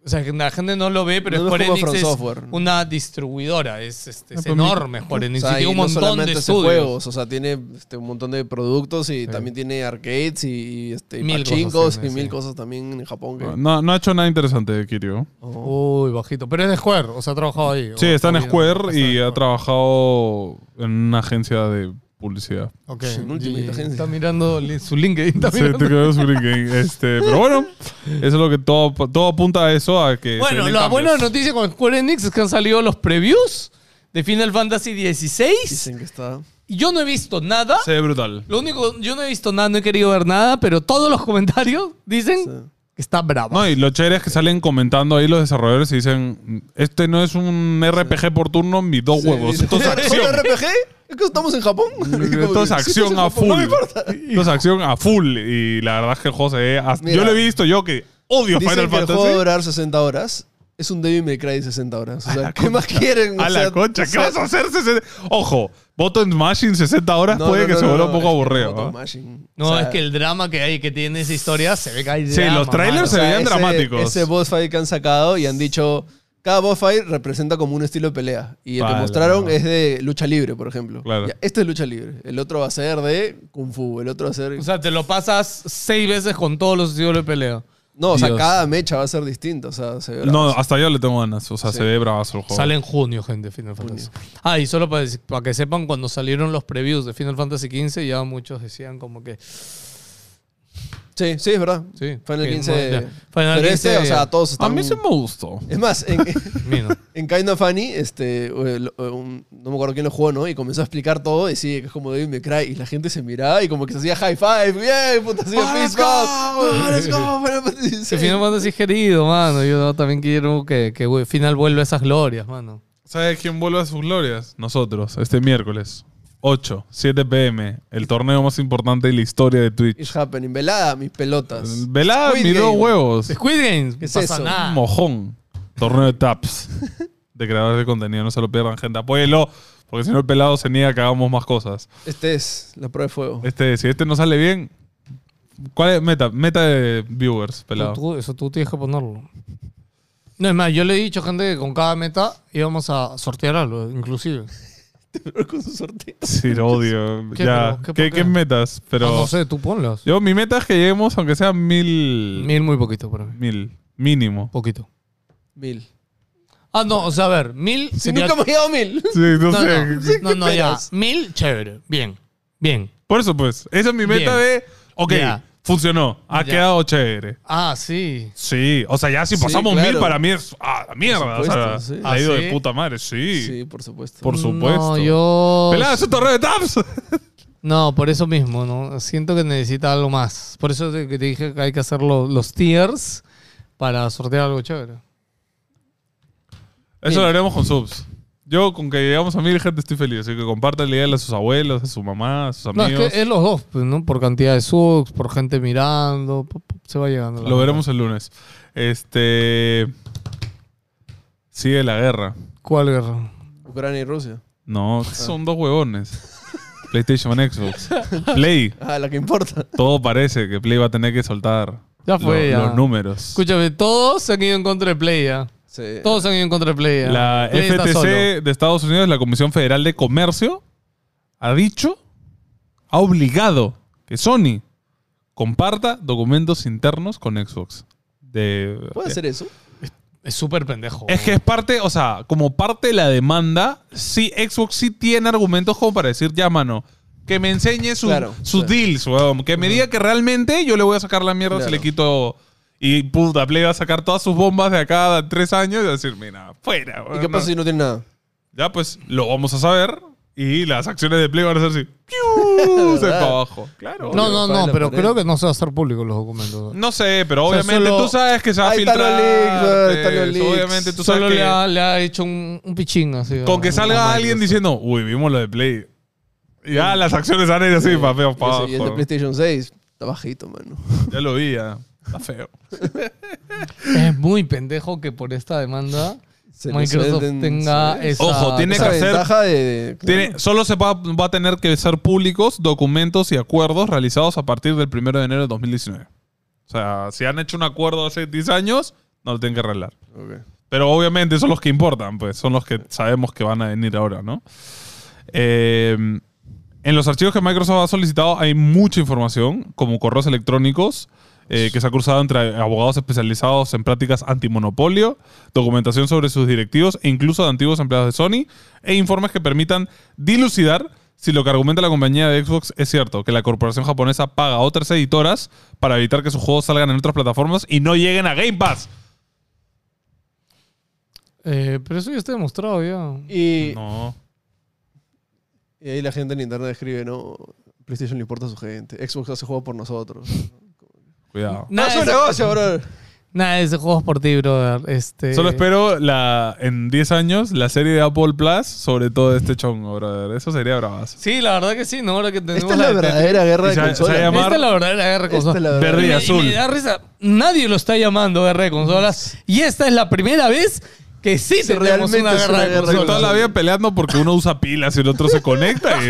S2: O sea, que la gente no lo ve, pero
S1: No es
S2: Square
S1: como
S2: Enix
S1: From
S2: es
S1: Software.
S2: una distribuidora. Es, este, es
S4: Ah, pero mi-
S2: enorme Square
S1: O
S2: Enix.
S1: sea,
S2: y tiene
S1: y
S2: un
S1: no
S2: montón
S1: solamente
S2: de
S1: hace
S2: estudios.
S1: juegos, o sea, tiene este, un montón de productos y también tiene arcades y, y, este, y
S2: Mil cosas
S1: pachinkos
S2: tiene,
S1: y mil
S2: sí.
S1: cosas también en Japón. que-
S4: No, no ha hecho nada interesante, Kiryu.
S2: Oh. Uy, bajito. Pero es de Square, o sea, ha trabajado ahí.
S4: Sí,
S2: O-
S4: está en
S2: o-
S4: Square y
S2: está
S4: ha
S2: en
S4: trabajado en una agencia de publicidad.
S2: Ok.
S1: En Ultimate
S2: Y
S1: Agency.
S2: Está mirando li- su LinkedIn. Está
S4: Sí,
S2: mirando.
S4: te quedó su link. Este, pero bueno, eso es lo que todo, todo apunta a eso, a que se
S2: Bueno,
S4: vienen
S2: la
S4: cambios.
S2: buena noticia con Square Enix es que han salido los previews de Final Fantasy XVI.
S1: Dicen que está.
S2: Y yo no he visto nada.
S4: Se ve brutal.
S2: Lo único, yo no he visto nada, no he querido ver nada, pero todos los comentarios dicen
S1: Sí.
S2: que está bravo.
S4: No, y lo chévere es que salen comentando ahí los desarrolladores y dicen, este no es un RPG por turno, mis dos huevos.
S1: Sí,
S4: Esto es
S1: dice,
S4: acción.
S1: ¿Un RPG? ¿Es que estamos en Japón?
S4: Esto es acción a full. Esto es acción a full. Y la verdad es que el juego se ve hasta-
S1: Mira.
S4: yo lo he visto yo que odio
S1: Dicen
S4: Final
S1: que el juego va a
S4: Fantasy.
S1: durar 60 horas. Es un Devil May Cry de 60 horas. O sea,
S4: la
S1: ¿qué más
S4: concha.
S1: quieren? O
S4: A
S1: sea,
S4: la concha,
S1: o
S4: ¿qué
S1: sea,
S4: vas a hacer? 60? Ojo, Button Mashing 60 horas
S1: no,
S4: puede
S1: no,
S4: que
S1: no,
S4: se
S1: no,
S4: vuelva
S1: no,
S4: un poco
S1: es que
S4: aburrido.
S1: Photo
S4: ¿ah?
S1: Mashing. O
S2: No,
S1: sea,
S2: es que el drama que hay que tiene esa historia se ve que hay
S4: Sí,
S2: drama,
S4: los trailers
S2: mano.
S4: se veían
S1: ese-
S4: dramáticos.
S1: Ese boss fight que han sacado y han dicho, Cada boss fight representa como un estilo de pelea. Y el que
S4: Pala,
S1: mostraron
S4: no.
S1: es de lucha libre, por ejemplo.
S4: Claro.
S1: Ya, este es lucha libre. El otro va a ser de Kung Fu. El otro va a ser.
S2: O sea, te lo pasas seis veces con todos los estilos de pelea.
S1: no, o sea,
S2: Dios.
S1: cada mecha va a ser distinta. O sea, se ve
S4: No,
S1: bravazo.
S4: hasta yo le tengo ganas. O sea,
S1: Sí.
S4: se ve bravazo el juego.
S2: Sale en junio, gente, Final Fantasy. Ah, y solo para, para que sepan, cuando salieron los previews de Final Fantasy XV, ya muchos decían como que.
S1: Sí, sí, es verdad.
S2: Sí.
S1: Final
S2: que
S1: 15.
S2: no- ya. Final
S1: pero este,
S2: 15,
S1: o sea, todos
S4: A
S1: están.
S4: mí sí me gustó.
S1: Es más, en,
S2: mira.
S1: en Kind of Funny, este, o el- o un- no me acuerdo quién lo jugó, ¿no? Y comenzó a explicar todo. Y sí, que es como David Me Cry. Y la gente se miraba y como que se hacía high five. ¡Bien! ¡Puta, hacía
S4: ¡Ah,
S1: fist
S4: go!
S1: bump! ¡Ah, ¡Let's go! Final Fantasy
S2: Que Final Fantasy es querido, mano. Yo también quiero que, que güey, Final vuelva a esas glorias, mano.
S4: ¿Sabes quién vuelve a sus glorias? Nosotros, este miércoles. 8, 7 pm, el torneo más importante de la historia de Twitch.
S1: It's happening. Velada, mis pelotas.
S4: Velada
S1: Squid
S4: mis dos
S1: Game.
S4: huevos.
S2: Squid Games.
S1: ¿Qué es
S2: no pasa
S1: eso?
S2: nada.
S4: Mojón. Torneo de taps. De creadores de contenido. No se lo pierdan, gente. Apóyelo. Porque si no, el pelado se niega que hagamos más cosas.
S1: Este es la prueba de fuego.
S4: Este, si este no sale bien. ¿Cuál es meta? Meta de viewers,
S2: Tú-
S4: pelado.
S2: tú- eso tú tienes que ponerlo. No, es más, yo le he dicho, gente, que con cada meta íbamos a sortear algo, inclusive.
S1: Con su sorteo.
S4: Sí, lo odio.
S2: ¿Qué,
S4: ya.
S2: pero,
S4: ¿Qué,
S2: qué, por
S4: qué
S2: qué?
S4: metas? Pero.
S2: Ah, no sé, tú ponlas.
S4: Yo, mi meta es que lleguemos, aunque sea mil. Mil.
S2: Mil muy poquito para mí.
S4: mínimo.
S2: Poquito.
S1: Mil.
S2: Ah, no, o sea, a ver, mil.
S1: Si
S2: sería-
S1: nunca hemos llegado a mil.
S4: Sí, no,
S2: No,
S4: sé.
S2: no, no, no, ya. Mil, chévere. Bien. Bien.
S4: Por eso, pues. Esa es mi meta
S2: Bien.
S4: de. Ok,
S2: Ya.
S4: funcionó. Ha
S2: Ya.
S4: quedado chévere.
S2: Ah, sí.
S4: Sí, o sea, ya si
S1: Sí,
S4: pasamos mil,
S1: claro.
S4: para mí es. ¡Ah, la mierda!
S1: Por
S4: o sea,
S1: supuesto, sí.
S4: ha ido
S2: ¿Ah,
S4: de
S2: sí?
S4: puta madre, sí.
S1: Sí, por supuesto.
S4: Por supuesto.
S2: No, yo.
S4: ¡Pelada, es un torneo de taps!
S2: No, por eso mismo, ¿no? Siento que necesita algo más. Por eso te, que te dije que hay que hacer lo- los tiers para sortear algo chévere.
S4: Eso lo haremos con subs. Yo, con que llegamos a mil gente, estoy feliz. Así que compartan la idea a sus abuelos, a su mamá, a sus
S2: No,
S4: amigos.
S2: es que es los dos, pues, ¿no? Por cantidad de subs, por gente mirando, pu- pu- se va llegando. la
S4: Lo
S2: verdad.
S4: veremos el lunes. Este. Sigue la guerra.
S2: ¿Cuál guerra?
S1: Ucrania y Rusia.
S4: No, son dos huevones. PlayStation, Xbox. Play.
S1: Ah, la que importa.
S4: Todo parece que Play va a tener que soltar
S2: Ya fue,
S4: lo-
S2: ya.
S4: los números.
S2: Escúchame, todos se han ido en contra de Play ¿ah? ya.
S1: Sí.
S2: Todos se han ido en contra de Play ya.
S4: La
S2: Play está solo.
S4: FTC de Estados Unidos, la Comisión Federal de Comercio, ha dicho, ha obligado que Sony comparta documentos internos con Xbox. De,
S1: ¿Puede hacer eso?
S2: Es súper pendejo.
S4: Es que es parte, o sea, como parte de la demanda, sí, Xbox sí tiene argumentos como para decir, ya, mano, que me enseñe sus,
S1: Claro,
S4: sus
S1: claro.
S4: deals, weón. Que me diga que realmente yo le voy a sacar la mierda si
S1: Claro.
S4: le quito... Y puta, Play va a sacar todas sus bombas de acá a tres años y va a decir, mira, fuera,
S1: ¿Y
S4: weón,
S1: qué
S4: Ah, no".
S1: pasa si no tiene nada?
S4: Ya, pues, lo vamos a saber y las acciones de Play van a ser así. ¡piu! Se
S1: ¿Verdad?
S4: para abajo. Claro.
S2: No, no,
S1: Para
S2: no,
S1: la
S2: pero
S1: pared.
S2: creo que no se va a hacer público los documentos.
S4: No sé, pero
S2: O sea,
S4: obviamente
S2: solo-
S4: tú sabes que se va a
S1: Ahí están los
S4: filtrar.
S1: leaks, weón, están los
S4: pues,
S1: leaks.
S4: Obviamente tú sabes
S2: Solo
S4: que...
S2: le ha, le ha hecho un, un pichín así.
S4: Con que
S2: a-
S4: salga
S2: a
S4: alguien
S2: Microsoft.
S4: diciendo, uy, vimos lo de Play. Y Ya las acciones han ido así, para feo, pa'
S1: Y el de
S4: abajo.
S1: PlayStation 6 está bajito, mano.
S4: Ya lo vi, ya. Está feo.
S2: Es muy pendejo que por esta demanda
S1: Se le
S2: Microsoft
S1: suelten-
S2: tenga
S1: sí.
S2: esa...
S4: Ojo, tiene
S1: esa
S4: que hacer-
S1: ventaja de... de-
S4: Tiene, solo se va, va a tener que ser públicos documentos y acuerdos realizados a partir del 1 de enero de 2019. O sea, si han hecho un acuerdo hace 10 años, no lo tienen que arreglar.
S1: Ok.
S4: Pero obviamente son los que importan, pues son los que sabemos que van a venir ahora, ¿no? Eh, en los archivos que Microsoft ha solicitado hay mucha información, como correos electrónicos, eh, que se ha cruzado entre abogados especializados en prácticas antimonopolio, documentación sobre sus directivos e incluso de antiguos empleados de Sony, e informes que permitan dilucidar si lo que argumenta la compañía de Xbox es cierto, que la corporación japonesa paga a otras editoras para evitar que sus juegos salgan en otras plataformas y no lleguen a Game Pass.
S2: Eh, pero eso ya está demostrado ya.
S4: Ah,
S1: Y,
S4: No.
S1: y ahí la gente en internet escribe, ¿no? PlayStation le importa a su gente. Xbox hace juego por nosotros.
S4: Cuidado.
S1: No,
S2: Nada,
S1: es un
S2: de-
S1: negocio, bro.
S2: nada de ese juego es por ti, brother. Este,
S4: Solo espero la, en 10 años la serie de Apple Plus sobre todo este chongo, brother. Eso sería bravazo.
S2: Sí, la verdad que sí, ¿no? Ahora que tenemos
S1: Esta es la
S2: de Tetris.
S1: verdadera guerra
S4: Y
S1: de
S4: se- se
S1: consolas.
S4: llama-
S2: Esta es la verdadera guerra
S1: Esta
S2: de
S1: es la
S2: consolas.
S1: verdad.
S4: Verde y
S2: me-
S4: azul.
S2: me da risa. Nadie lo está llamando guerra de consolas. Y esta es la primera vez que sí
S1: Sí,
S2: tenemos
S1: realmente
S2: una
S1: es
S2: guerra
S1: una
S2: de
S1: guerra de
S4: Toda
S2: consolas.
S4: la vida peleando porque uno usa pilas y el otro se conecta y,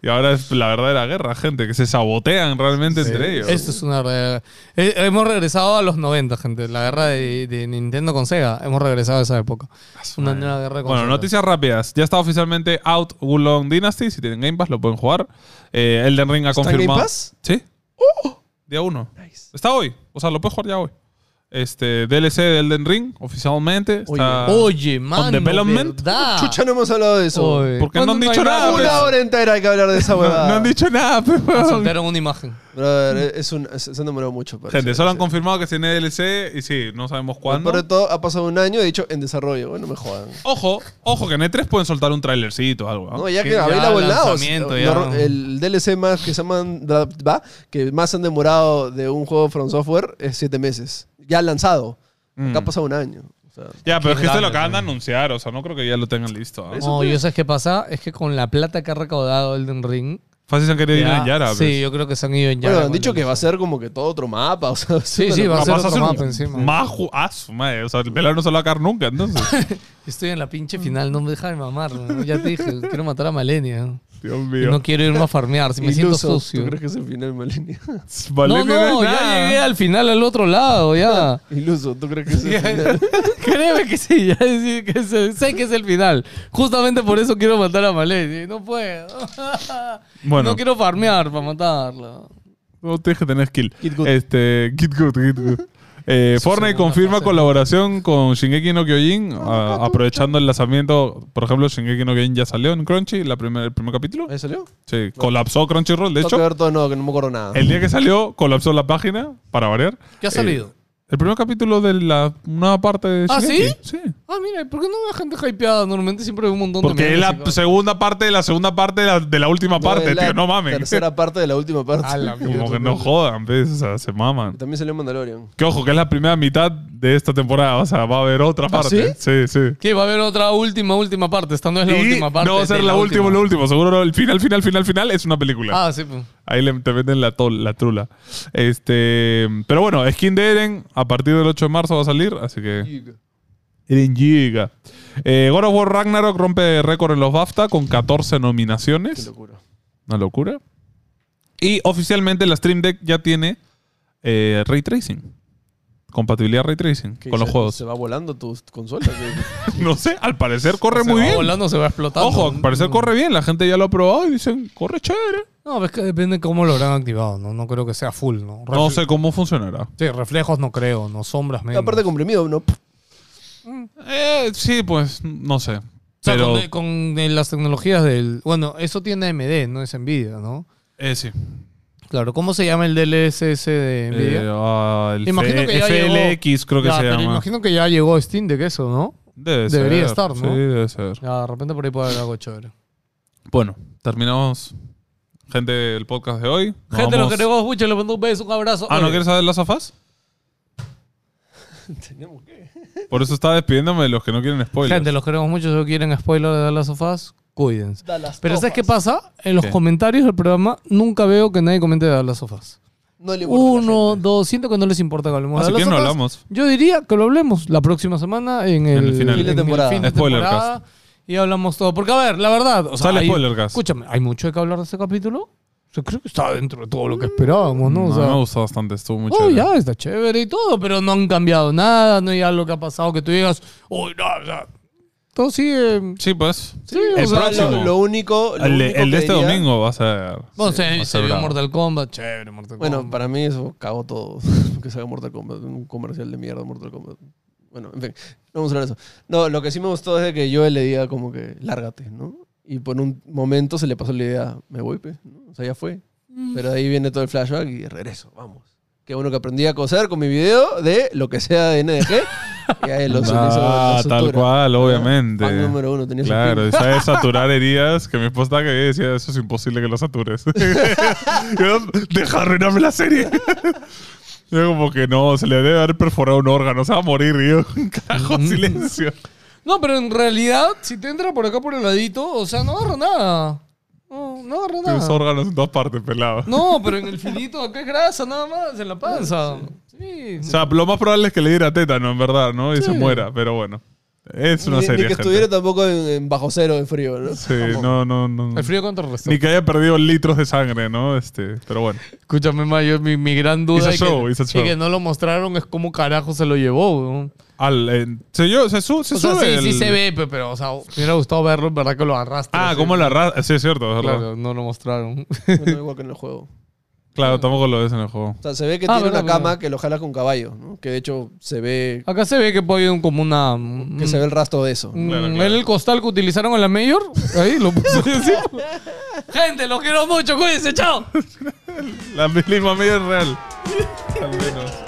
S4: Y ahora es la verdadera guerra, gente, que se sabotean realmente entre ellos.
S2: Esto es una verdadera- Eh, Hemos regresado a los 90, gente. La guerra de, de Nintendo con Sega. Hemos regresado a esa época. Una nueva guerra con
S4: Bueno,
S2: Sega.
S4: noticias rápidas. Ya está oficialmente out Wulong Dynasty. Si tienen Game Pass, lo pueden jugar. Eh, Elden Ring ha
S1: ¿Está en
S4: confirmado.
S1: Game Pass?
S4: Sí.
S2: ¡Oh!
S4: Día uno. Está hoy. O sea, lo puedes jugar ya hoy. Este, DLC de Elden Ring, oficialmente. Está...
S2: Oye, mano.
S4: development?
S2: ¿verdad?
S1: Chucha, no hemos hablado de eso.
S2: Oye.
S4: ¿Por qué no
S2: ¿Cuándo
S4: han dicho
S2: hay
S4: nada,
S2: más?
S4: Ah. pues?
S1: Una hora entera hay que hablar de esa
S4: No,
S1: huevada.
S4: no han dicho nada, pe, weón.
S2: Soltaron una imagen.
S1: Brother, es un, se se han demorado mucho. parece.
S4: Gente, solo han
S1: Sí.
S4: confirmado que tiene DLC y sí, no sabemos cuándo.
S1: Por de todo, ha pasado un año, de hecho, en desarrollo. Bueno, me jodan.
S4: Ojo, ojo, que en E3 pueden soltar un trailercito o algo. ¿no?
S1: No, ya
S2: que
S1: que,
S2: ya
S1: habéis volado.
S2: lanzamiento,
S1: sí,
S2: ya.
S1: no, El DLC más que se han, va, que más han demorado de un juego From Software es siete meses. Ya lanzado. Acá ha pasado un año. O sea,
S4: Ya, pero es que esto lo acaban de
S2: grande,
S4: anunciar, o sea, no creo que ya lo tengan listo. ¿no?
S2: No, yo sabes qué pasa. Es que con la plata que ha recaudado Elden Ring.
S4: Fácil se han querido ir
S2: ya-
S4: en Yara.
S2: sí,
S4: pues.
S2: yo creo que se han ido en Yara.
S1: bueno, han
S2: con
S1: dicho
S2: el-
S1: que va a ser como que todo otro mapa. O sea,
S2: Sí,
S1: es
S2: sí,
S1: una
S2: va a
S1: locura.
S2: ser
S4: Capaz
S2: otro
S4: hacer
S2: mapa
S4: un
S2: encima.
S4: Más ju- ah, su madre. O sea, el pelar no se lo va a cagar nunca, entonces.
S2: Estoy en la pinche final. No me deja de mamar. ¿no? Ya te dije. Quiero matar a Malenia.
S4: Dios mío.
S2: No quiero irme a farmear. Si me
S1: Iluso,
S2: siento
S1: ¿Tú
S2: sucio.
S1: crees que es el final, Malenia?
S4: Vale,
S2: No, no,
S4: es
S2: ya
S4: nada.
S2: llegué al final, al otro lado, ya.
S1: Iluso, ¿tú crees que es el final?
S2: Créeme que sí, ya sí, que sé, sé que es el final. Justamente por eso quiero matar a Malé. No puedo.
S4: Bueno.
S2: No quiero farmear para matarla.
S4: No tienes que tener skill.
S1: Kid Good.
S4: Este, Kid Good, Kid Good. Eh, Fortnite
S2: segunda
S4: confirma
S2: fase.
S4: colaboración con Shingeki no
S2: Ah,
S4: Kyojin, a- aprovechando el lanzamiento. Por ejemplo, Shingeki no Kyojin ya salió en Crunchy, la primer- el primer capítulo.
S1: ¿Ahí salió?
S4: Sí, colapsó Crunchyroll, de
S1: Tengo que
S4: hecho.
S1: ver todo, Eh, no, que no me acuerdo nada.
S4: El día que salió, colapsó la página, para variar.
S2: ¿Qué ha
S4: Eh,
S2: salido?
S4: el primer capítulo de la nueva parte de
S2: ¿Ah,
S4: Shingeki.
S2: sí?
S4: Sí.
S2: Ah, mira, ¿y ¿por qué no veo gente hypeada? Normalmente siempre veo un montón
S4: Porque
S2: de
S4: es la
S2: memes y cosas.
S4: segunda parte de la segunda parte de la, de la última
S1: No,
S4: parte,
S1: es la
S4: tío, no mames.
S1: Tercera parte de la última parte.
S2: A la mierda.
S4: Como que no jodan, ¿ves? O sea, se maman.
S1: También salió Mandalorian.
S4: Que ojo, que es la primera mitad de esta temporada. O sea, va a haber otra parte. sí, sí.
S2: ¿Qué? Va a haber otra última, última parte. Esta no es la
S4: y
S2: última parte.
S4: no va a ser
S2: de
S4: la, última, la última. Seguro no. el final, final, final, final es una película.
S2: Ah, sí. pues.
S4: Ahí le, te venden la, tol- la trula. Este, pero bueno, Skin de Eren a partir del 8 de marzo va a salir, así que... Eren Giga. Eh, God of War Ragnarok rompe récord en los BAFTA con 14
S1: Qué
S4: nominaciones.
S1: locura.
S4: Una locura. Y oficialmente la Stream Deck ya tiene eh, ray tracing. Compatibilidad ray tracing
S1: ¿Qué
S4: con los
S1: se-
S4: juegos.
S1: Se va volando tu consola. ¿Qué-
S4: No sé, al parecer corre
S2: Se
S4: muy
S2: va
S4: bien.
S2: volando, se va explotando.
S4: Ojo, al parecer corre bien. La gente ya lo ha probado y dicen, corre chévere.
S2: No, es que depende de cómo lo habrán activado. No, no creo que sea full, ¿no?
S4: No
S2: Refle-
S4: sé cómo funcionará.
S2: Sí, reflejos no creo, no sombras menos.
S1: Aparte comprimido, ¿no?
S4: Eh, sí, pues, no sé.
S2: O sea,
S4: Pero,
S2: con, con, eh, las tecnologías del... Bueno, eso tiene AMD, no es NVIDIA, ¿no?
S4: eh, sí.
S2: Claro, ¿cómo se llama el DLSS de NVIDIA?
S4: Eh, ah, el
S2: Imagino
S4: F-
S2: que ya
S4: FLX creo que
S2: Ya,
S4: se
S2: pero
S4: llama.
S2: imagino que ya llegó Steam de que eso, ¿no?
S4: Debe
S2: debería
S4: ser,
S2: estar, ¿no?
S4: Sí, debe ser.
S2: Ya, de repente por ahí puede haber algo chévere.
S4: Bueno, terminamos, gente, del podcast de hoy. Nos
S2: Gente, los
S4: vamos-
S2: queremos mucho, les mando un beso, un abrazo.
S4: Ah, ¿no
S2: Oye,
S4: quieres saber las afas?
S1: Tenemos que.
S4: Por eso estaba despidiéndome de los que no quieren spoilers.
S2: Gente, los queremos mucho, si no quieren spoiler de las sofás, cuídense.
S1: Da las
S2: Pero ¿sabes
S1: tofas.
S2: qué pasa? En los
S4: ¿Qué?
S2: comentarios del programa nunca veo que nadie comente de las sofás.
S1: No le importa a la
S2: Uno,
S1: gente.
S2: dos, siento que no les importa que hablemos
S4: Ah,
S2: de
S4: si
S2: las
S4: quieren no
S2: sofás.
S4: hablamos.
S2: Yo diría que lo hablemos la próxima semana en el,
S4: el final.
S1: Fin
S2: en
S1: de
S2: el
S1: temporada.
S2: fin de
S4: Spoilercast.
S2: temporada. Y hablamos todo. Porque, a ver, la verdad. O sea,
S4: Sale
S2: hay-
S4: Spoilercast.
S2: Escúchame, hay mucho de que hablar de este capítulo. Yo creo que está dentro de todo lo que esperábamos, ¿no?
S4: No,
S2: O sea,
S4: me ha gustado bastante, estuvo muy
S2: oh,
S4: chévere.
S2: ya, está chévere y todo, pero no han cambiado nada, no hay algo que ha pasado que tú digas, uy, no, o sea, todo sigue.
S4: Sí, pues.
S2: Sí,
S1: O
S2: o
S4: El
S2: sea,
S1: sea,
S4: próximo.
S1: Lo, lo único. lo
S4: El, de-
S1: único
S4: el de
S1: que
S4: este
S1: diría-
S4: domingo va a ser.
S2: Bueno,
S4: va a
S2: se,
S4: ser
S2: se vio
S4: bravo.
S2: Mortal Kombat, chévere, Mortal Kombat.
S1: Bueno, para mí eso cagó todo. que se haga Mortal Kombat. Un comercial de mierda, Mortal Kombat. Bueno, en fin. No vamos a hablar de eso. No, lo que sí me gustó es de que yo le diga como que, lárgate, ¿no? Y por un momento se le pasó la idea, me voy, pues. ¿no? O sea, ya fue. Pero de ahí viene todo el flashback y regreso, vamos. Qué bueno que aprendí a coser con mi video de lo que sea de NDG. y ahí lo hizo- lo hizo la
S4: Ah, tal
S1: sutura.
S4: cual, obviamente.
S1: Fan número uno, tenía su
S4: Claro,
S1: pin.
S4: y sabes saturar heridas que mi esposa que veía decía, eso es imposible que lo satures. Yo, Deja arruinarme la serie. Yo como que no, se le debe haber perforado un órgano, se va a morir, y yo. Carajo, silencio.
S2: No, pero en realidad, si te entra por acá por el ladito, o sea, no agarra nada. No, no agarra nada.
S4: Tienes órganos en todas partes, pelado.
S2: No, pero en el filito acá es grasa nada más, en la panza. Sí.
S4: O sea, lo más probable es que le diera tétano, en verdad, ¿no? Y se muera, pero bueno. Es una
S1: ni,
S4: serie.
S1: ni que
S4: gente.
S1: estuviera tampoco en, en bajo cero de frío, ¿no?
S4: Sí, no, no, no.
S2: El frío contra el resto.
S4: Ni que haya perdido litros de sangre, ¿no? Este, pero bueno.
S2: Escúchame, Mayo, mi, mi gran duda
S4: It's a
S2: y,
S4: show,
S2: que,
S4: it's a show.
S2: y que no lo mostraron es cómo carajo se lo llevó. weón.
S4: Al, eh, se, yo, se, su- se
S2: O sea,
S4: sube.
S2: sí, sí
S4: el-
S2: se ve, pe- pero o sea, me hubiera gustado verlo, en verdad que lo arrastra.
S4: Ah,
S2: así.
S4: ¿cómo la raza? Sí, es cierto, es verdad. Claro.
S2: Claro, no lo mostraron.
S1: No, igual que en el juego.
S4: tampoco lo ves en el juego.
S1: O sea, se ve que
S2: Ah,
S1: tiene
S2: verdad,
S1: una cama
S2: verdad.
S1: que lo jala con caballo, ¿no? Que de hecho se ve
S2: Acá se ve que puede un- como una...
S1: que se ve el rastro de eso.
S2: Mm,
S4: Claro,
S2: ¿era
S4: claro.
S2: el costal que utilizaron en la mayor? Ahí lo puso. Gente, los quiero mucho, cuídense, chao.
S4: La misma media es real. Al menos.